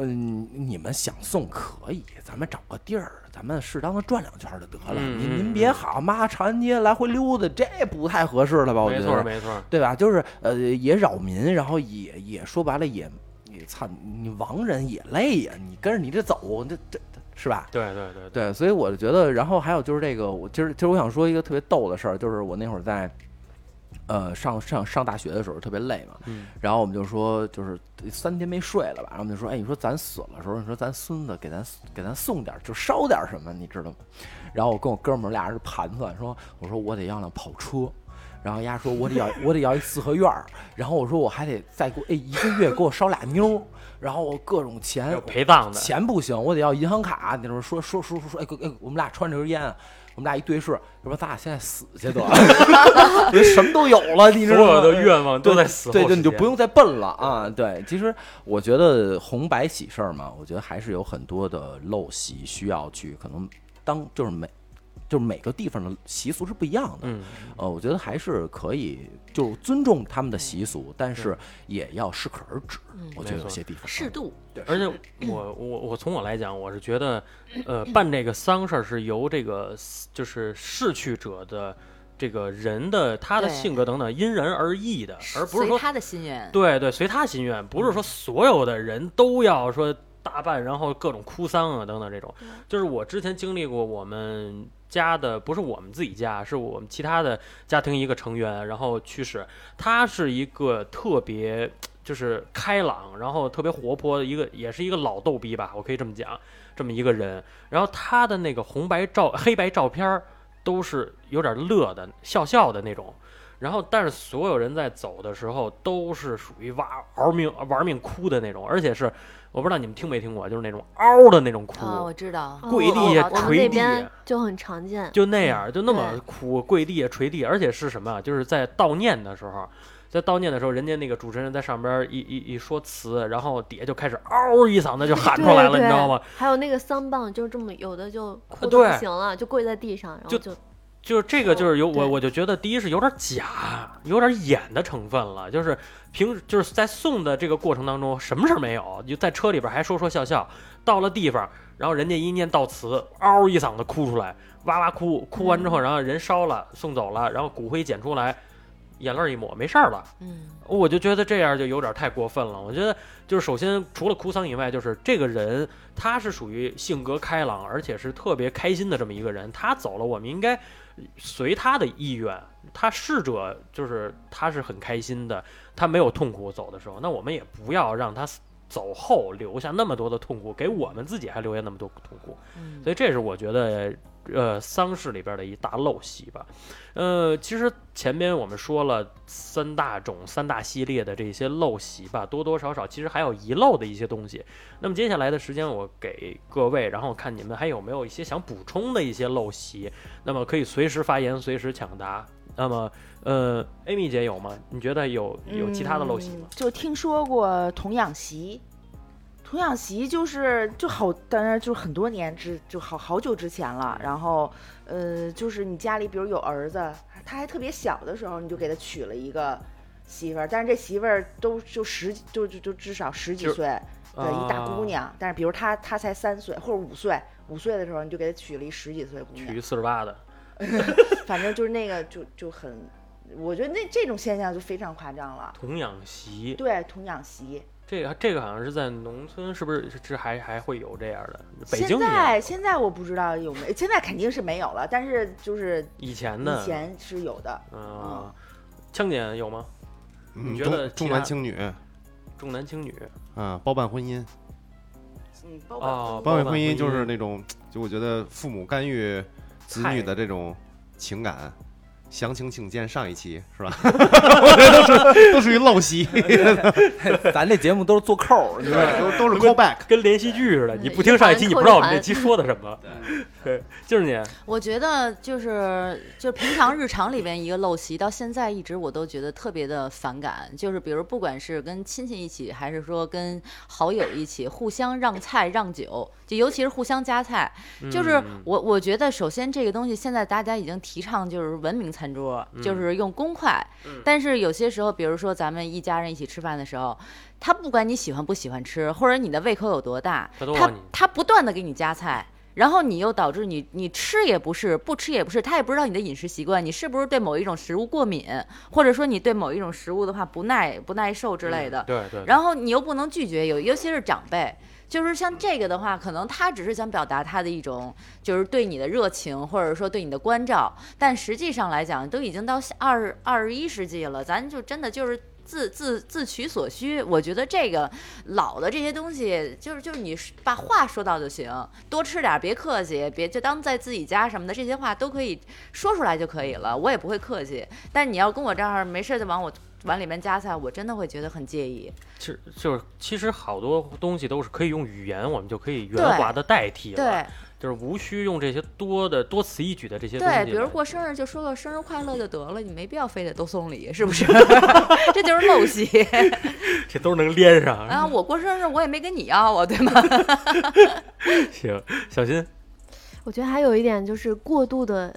嗯，你们想送可以，咱们找个地儿，咱们适当的转两圈就得了。嗯您您嗯别嗯好妈长安街来回溜达，这不太合适了吧？哦我觉没得错没错，对吧？就是呃，也扰民，然后也也说白了也也操，你亡人也累呀、你跟着你这走，这这这是吧？对对对对，对，所以我就觉得，然后还有就是这个，我其实其实我想说一个特别逗的事儿，就是我那会儿在呃上上上大学的时候特别累嘛，嗯然后我们就说就是三天没睡了吧，然后我们就说，哎，你说咱死了的时候，你说咱孙子给咱给咱送点儿，就烧点儿什么，你知道吗？然后我跟我哥们儿俩人就盘算，说我说我得要辆跑车。然后丫说，我得要，我得要一四合院儿。然后我说，我还得再给我哎一个月给我烧俩妞儿。然后我各 (laughs) 种钱，有陪葬的，钱不行，我得要银行卡。那时候说说说说说，哎哎，我们俩穿着根烟，我们俩一对视，要不咱俩现在死去得了， (laughs) (laughs) 我觉得什么都有了，你知所道吗？有的愿望都在死后哎对对，实你就现不用再笨了啊！对，其实我觉得红白喜事儿嘛，我觉得还是有很多的陋习需要去可能当就是每就是每个地方的习俗是不一样的。嗯，呃，我觉得还是可以，就是尊重他们的习俗，但是也要适可而止。嗯我觉得没错有些地方适度，而且我我我从我来讲，我是觉得，呃，办这个丧事儿是由这个就是逝去者的这个人的他的对性格等等因人而异的，而不是随说他的嗯心愿。对对随他心愿，不是说所有的人都要说大办，然后各种哭丧啊等等这种。就是我之前经历过我们。家的不是我们自己家，是我们其他的家庭一个成员，然后去世。他是一个特别就是开朗，然后特别活泼的一个，也是一个老逗逼吧，我可以这么讲，这么一个人。然后他的那个红白照、黑白照片儿都是有点乐的、笑笑的那种。然后，但是所有人在走的时候都是属于哇嗷命玩命哭的那种，而且是我不知道你们听没听过，就是那种嗷的那种哭，啊，我知道，哦跪地呀我们捶那地边呀就很常见。就那嗯样，就那么对哭，跪地啊，捶地，而且是什么啊？就是在悼念的时候，在悼念的时候，人家那个主持人在上边一一一说词，然后底下就开始嗷一嗓子就喊对出来了，对你知道吗？还有那个丧棒，就这么有的就哭啊的对不行了，就跪在地上，然后就就就是这个，就是有对我我就觉得，第一是有点假，有点演的成分了。就是平时就是在送的这个过程当中，什么事儿没有，就在车里边还说说笑笑，到了地方，然后人家一念悼词，嗷一嗓子哭出来，哇哇哭，哭完之后，然后人烧了，送走了，然后骨灰捡出来，眼泪一抹，没事儿了。嗯，我就觉得这样就有点太过分了。我觉得就是首先除了哭丧以外，就是这个人他是属于性格开朗，而且是特别开心的这么一个人。他走了，我们应该随他的意愿。他逝者就是他是很开心的，他没有痛苦走的时候，那我们也不要让他走后留下那么多的痛苦，给我们自己还留下那么多痛苦。嗯所以这是我觉得呃丧事里边的一大陋习吧。呃，其实前面我们说了三大种、三大系列的这些陋习吧，多多少少其实还有遗漏的一些东西。那么接下来的时间，我给各位，然后看你们还有没有一些想补充的一些陋习，那么可以随时发言，随时抢答。那么，呃，Amy 姐有吗？你觉得有有其他的陋习吗嗯？就听说过童养媳，童养媳就是就好，当然就是很多年之就好好久之前了。然后，呃，就是你家里比如有儿子，他还特别小的时候，你就给他娶了一个媳妇儿，但是这媳妇儿都就十几就就就至少十几就岁的一大姑啊娘，但是比如她她才三岁或者五岁，五岁的时候你就给她娶了一十几岁姑娘娶，四十八的，反正就是那个就就很，我觉得那这种现象就非常夸张了。童养媳，对，童养媳。这个这个好像是在农村，是不是这还还会有这样的？北京现也在有现在我不知道有没，现在肯定是没有了，但是就是以前呢，以前是有的。嗯啊，枪姐有吗？嗯你觉得重其重他男轻女重男轻女啊，包办婚姻，嗯，包哦，包包办办婚婚姻姻就是那种，就我觉得父母干预子女的这种情感。详情请见上一期，(laughs) 是吧？我觉得都是都属于陋习， (laughs) 咱这节目都是做扣儿，你知道吗对，都都是 callback。跟连续剧似的，嗯你不听上一期，一你环不知道我们扣一这期说的什么。 (laughs) 对，就是你我觉得就是就平常日常里边一个陋习，到现在一直我都觉得特别的反感，就是比如不管是跟亲戚一起，还是说跟好友一起，互相让菜让酒，就尤其是互相夹菜，就是嗯我我觉得首先这个东西现在大家已经提倡就是文明餐桌，就是用公筷，嗯但是有些时候，比如说咱们一家人一起吃饭的时候，他不管你喜欢不喜欢吃，或者你的胃口有多大，他都他往你他不断的给你夹菜，然后你又导致你你吃也不是，不吃也不是，他也不知道你的饮食习惯，你是不是对某一种食物过敏，或者说你对某一种食物的话不耐不耐受之类的。对对，然后你又不能拒绝，有尤其是长辈，就是像这个的话，可能他只是想表达他的一种就是对你的热情，或者说对你的关照，但实际上来讲，都已经到下二二十一世纪了，咱就真的就是。自自自取所需，我觉得这个老的这些东西，就是就是你把话说到就行，多吃点儿，别客气，别就当在自己家什么的，这些话都可以说出来就可以了，我也不会客气。但你要跟我这儿没事儿就往我碗里面夹菜，我真的会觉得很介意。其实就是其实好多东西都是可以用语言，我们就可以对圆滑的代替了，对就是无需用这些多的多此一举的这些东西来。对，比如过生日就说个生日快乐就得了，你没必要非得都送礼，是 (laughs) 不是？这就是陋习。这都能连上。啊，我过生日我也没跟你要啊，对吗？行，小新，我觉得还有一点就是过度的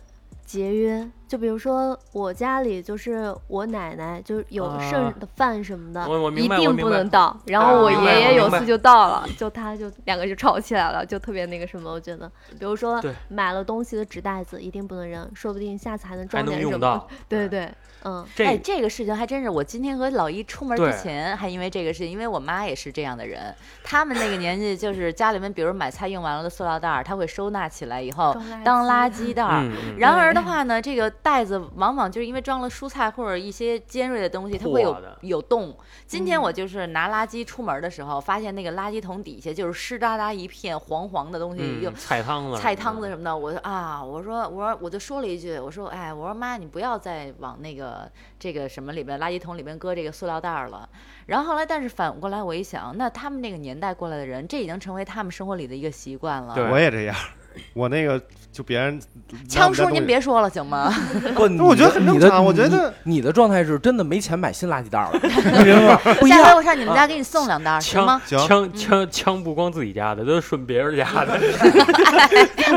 节约，就比如说我家里就是我奶奶就是有剩啊的饭什么的，我我明一白我定明不白能倒。然啊后我明爷白我爷有明白次就倒了，就他就两个就吵起来了，就特别那个什么。我觉得，比如说对买了东西的纸袋子一定不能扔，说不定下次还能还装能点什用么到。。对对，嗯，这哎，这个事情还真是，我今天和老一出门对之前还因为这个事情，因为我妈也是这样的人，他们那个年纪就是家里面，比如买菜用完了的塑料袋儿，她会收纳起来以后装垃当圾垃圾袋儿。嗯，嗯然而的话呢，这个袋子往往就是因为装了蔬菜或者一些尖锐的东西，它会有破的有洞。今天嗯我就是拿垃圾出门的时候，发现那个垃圾桶底下就是湿哒哒一片黄黄的东西，嗯又菜汤子，菜汤子什么的，我说啊，我说我说我就说了一句，我说哎，我说妈，你不要再往那个这个什么里边垃圾桶里边搁这个塑料袋儿了。然后后来，但是反过来我一想，那他们那个年代过来的人，这已经成为他们生活里的一个习惯了。对我也这样，我那个就别人拿我枪们家叔，东西您别说了行吗？不，我觉得很你正的常我觉你得你的状态是真的没钱买新垃圾袋了，你明白吗？不一下回样。我上你们家给你送两袋儿行枪吗？行枪枪枪不光自己家的，都是顺别人家 (laughs) 的。 (laughs)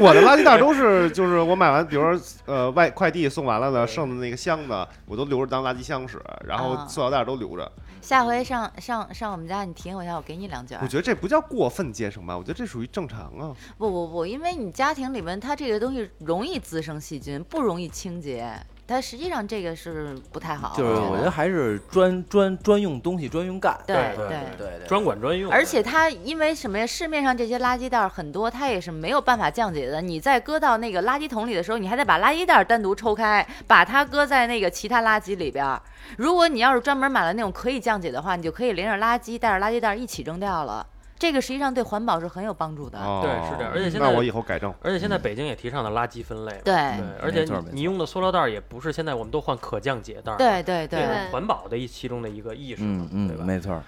我的垃圾袋都是，就是我买完，比如说呃外快递送完了的，剩的那个箱子，我都留着当垃圾箱使，然后啊塑料袋都留着。下回上上上我们家，你提醒我一下，我给你两哎卷儿我。觉得这不叫过分节省吧，我觉得这属于正常啊。不不不，因为你家庭里面它这个东西容易滋生细菌，不容易清洁。它实际上这个是不太好，就是我觉得还是专专专用东西专用干，对对对对对，专管专用。而且它因为什么呀？市面上这些垃圾袋儿很多，它也是没有办法降解的。你在搁到那个垃圾桶里的时候，你还得把垃圾袋儿单独抽开，把它搁在那个其他垃圾里边儿。如果你要是专门买了那种可以降解的话，你就可以连着垃圾带着垃圾袋儿一起扔掉了。这个实际上对环保是很有帮助的。啊哦对是这样而且现在那我以后改正。而且现在北京也提倡了垃圾分类嘛。对对，而且嗯没错没你错你用的塑料袋儿也不是现在我们都换可降解袋儿，对对这对是环保的一其中的一个意识嘛嗯，对嗯，吧？没错儿，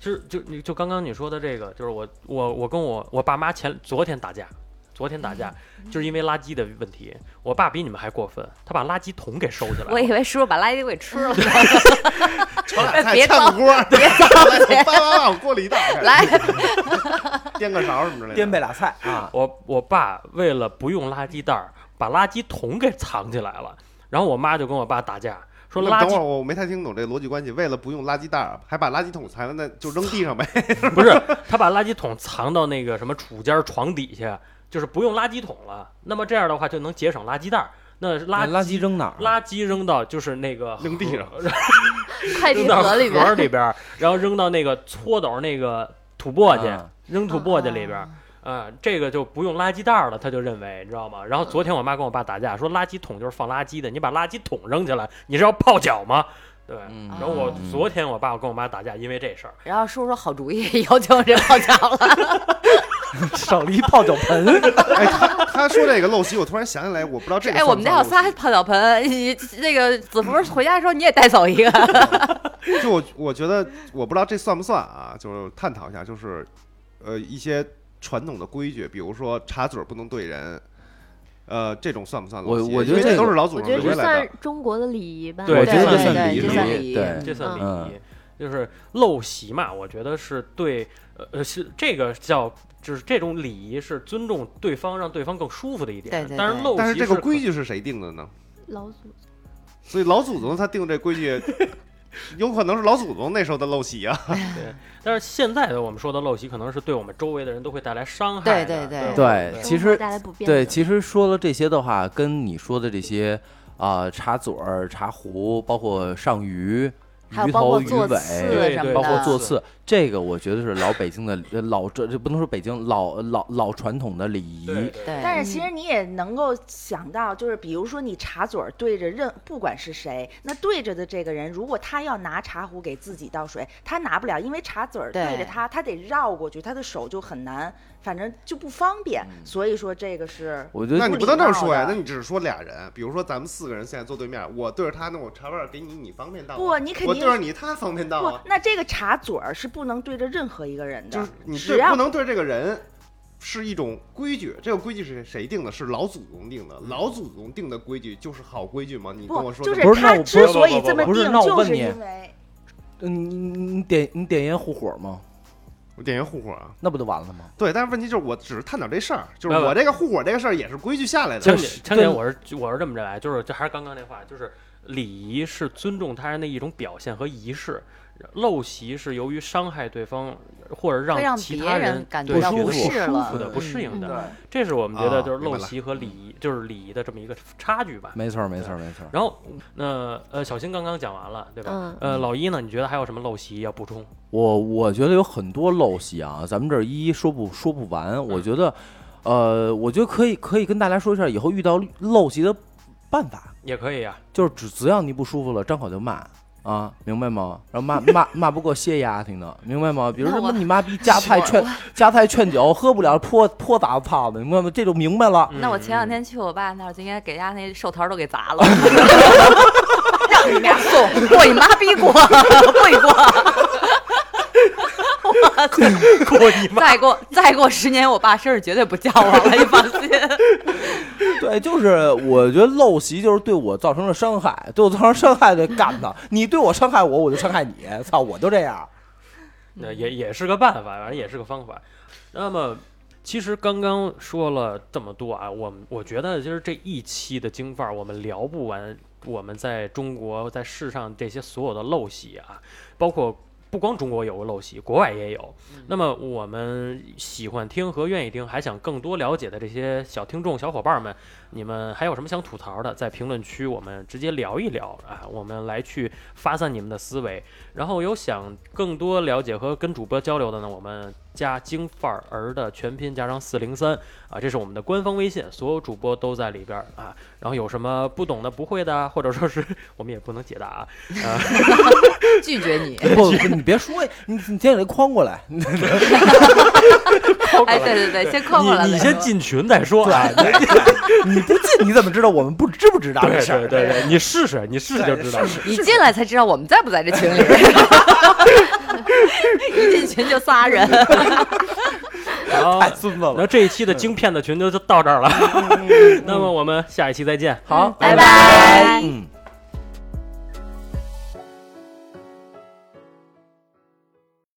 其实就你就刚刚你说的这个，就是我我我跟我我爸妈前昨天打架，昨天打架嗯就是因为垃圾的问题，我爸比你们还过分，他把垃圾桶给收起来了。我以为叔叔把垃圾给吃了，炒俩菜别炝个锅儿， (laughs) 别糟 (laughs) 来，叭叭叭往锅里一倒，来，颠个勺什么之类的。颠贝俩菜啊，我我爸为了不用垃圾袋儿，把垃圾桶给藏起来了，然后我妈就跟我爸打架，说那垃等会儿圾我没太听懂这逻辑关系。为了不用垃圾袋儿，还把垃圾桶藏在那就扔地上呗。 (laughs) 不是他把垃圾桶藏到那个什么储物间儿床底下，就是不用垃圾桶了。那么这样的话就能节省垃圾袋儿。那垃那垃圾扔哪儿？啊垃圾扔到就是那个扔地上，快扔递到盒盒里边儿，里边儿，然后扔到那个搓斗儿那个土簸箕，啊扔土簸箕里哦边儿。啊、这个就不用垃圾袋儿了，他就认为，你知道吗？然后昨天我妈跟我爸打架，说垃圾桶就是放垃圾的，你把垃圾桶扔起来，你是要泡脚吗？对。嗯然后我嗯昨天我爸我跟我妈打架，因为这事儿然后叔叔说好主意，以后就这泡脚 (laughs) 了。 (laughs) 少了一泡脚盆，哎，他他说这个陋习，我突然想起来，我不知道这个哎，算不算陋习。我们家有仨泡脚盆，你那个子福回家的时候你也带走一个。就我我觉得，我不知道这算不算啊，就是探讨一下，就是呃一些传统的规矩，比如说插嘴儿不能怼人，呃，这种算不算陋我习？我觉得因这为这都个是老祖我宗觉得留这下来算的。中国的礼仪吧。对我觉得对这对算对礼这算礼仪，仪对，这算礼嗯仪，就是陋习嘛。我觉得是对，呃呃，是这个叫就是这种礼仪是尊重对方，让对方更舒服的一点。对对但是对陋习但是这个可规矩是谁定的呢？老祖所以老祖宗他定这 (laughs) 规矩，有可能是老祖宗那时候的陋习啊。但是现在的我们说的陋习，可能是对我们周围的人都会带来伤害的。对对对对吧对生其活实带来不便对，的其实说了这些的话，跟你说的这些啊、茶嘴儿、茶壶，包括上鱼、还有鱼包头、括鱼做尾，刺对什对么的，包括做刺刺，这个我觉得是老北京的呃老这这不能说北京老老老传统的对礼仪。对对，但是其实你也能够想到，就是比如说你茶嘴儿对着任，不管是谁，那对着的这个人，如果他要拿茶壶给自己倒水，他拿不了，因为茶嘴儿对对着他，他得绕过去，他的手就很难，反正就不方便。嗯所以说这个是，我觉得那你不能这么说呀不礼貌，的那你只是说俩人，比如说咱们四个人现在坐对面，我对着他，那我茶碗给你，你方便倒吗？不你肯定我对着你，他方便倒不啊。，那这个茶嘴儿是不能对着任何一个人的，就是你只对要不能对这个人是一种规矩，这个规矩是谁定的？是老祖宗定的。老祖宗定的规矩就是好规矩吗？你嗯跟不我说就是这么不是那我他之不所不以不这么不是定，那我就问是你因为嗯，你你你点你点烟护火吗？电源护火啊。那不就完了吗？对，但是问题就是，我只是探讨这事儿，就是没有我这个护火这个事儿也是规矩下来枪的。姐，枪姐，我是我是这么认为，就是这还是刚刚那话，就是礼仪是尊重他人的一种表现和仪式，陋习是由于伤害对方或者会让其别他人感对觉到觉得不不适舒了服的、不适应嗯的，对这是我们觉得啊就是明白陋了嗯习和礼仪，就是礼仪的这么一个差距吧。没错儿，没错儿，没错儿。然后，那呃，小新刚刚讲完了，对吧？嗯呃，老一呢，你觉得还有什么陋习要补充？我我觉得有很多陋习啊，咱们这儿一一说不说不完。我觉得，呃，我觉得可以可以跟大家说一下，以后遇到陋习的办法，也可以啊，就是只只要你不舒服了，张口就骂。啊，明白吗？然后骂骂骂不过歇丫挺的，明白 (laughs) 吗？比如那什么我你妈逼夹菜劝夹菜劝酒，喝不了泼泼砸泡子，明白吗？这就明白了。那我嗯前两天去我爸那儿，就应该给家那寿桃都给砸了， (laughs) 让你俩送，过你妈逼过， (laughs) 过一过。我嗯 (laughs) 过你妈！再过再过十年，我爸生日绝对不叫我了，你 (laughs) 放心。 (laughs) 对，就是我觉得陋习就是对我造成了伤害，对我造成伤害就干他，你对我伤害我，我就伤害你，操，我就这 (laughs) 样。那也也是个办法，反正也是个方法。那么，其实刚刚说了这么多啊，我们我觉得就是这一期的京范儿，我们聊不完我们在中国在世上这些所有的陋习啊，包括。不光中国有个陋习，国外也有。那么我们喜欢听和愿意听，还想更多了解的这些小听众、小伙伴们，你们还有什么想吐槽的，在评论区我们直接聊一聊啊，我们来去发散你们的思维。然后有想更多了解和跟主播交流的呢，我们加京范儿儿的全拼加上四零三啊，这是我们的官方微信，所有主播都在里边儿啊。然后有什么不懂的、不会的啊，或者说是我们也不能解答啊。拒绝你。不，你别说，你你先给它框过来。哎，对对对，先扣过来你你再先说进群再说。啊对，你不进你怎么知道我们不知不知道对这事对儿？对对，你试试，你试试就知道。你进来才知道我们在不在这群里。 (laughs) (laughs) 一进群就仨人，好，太孙子了。那这一期的京 (laughs) 片的群就就到这儿了。那么我们下一期再见。好，拜拜拜嗯。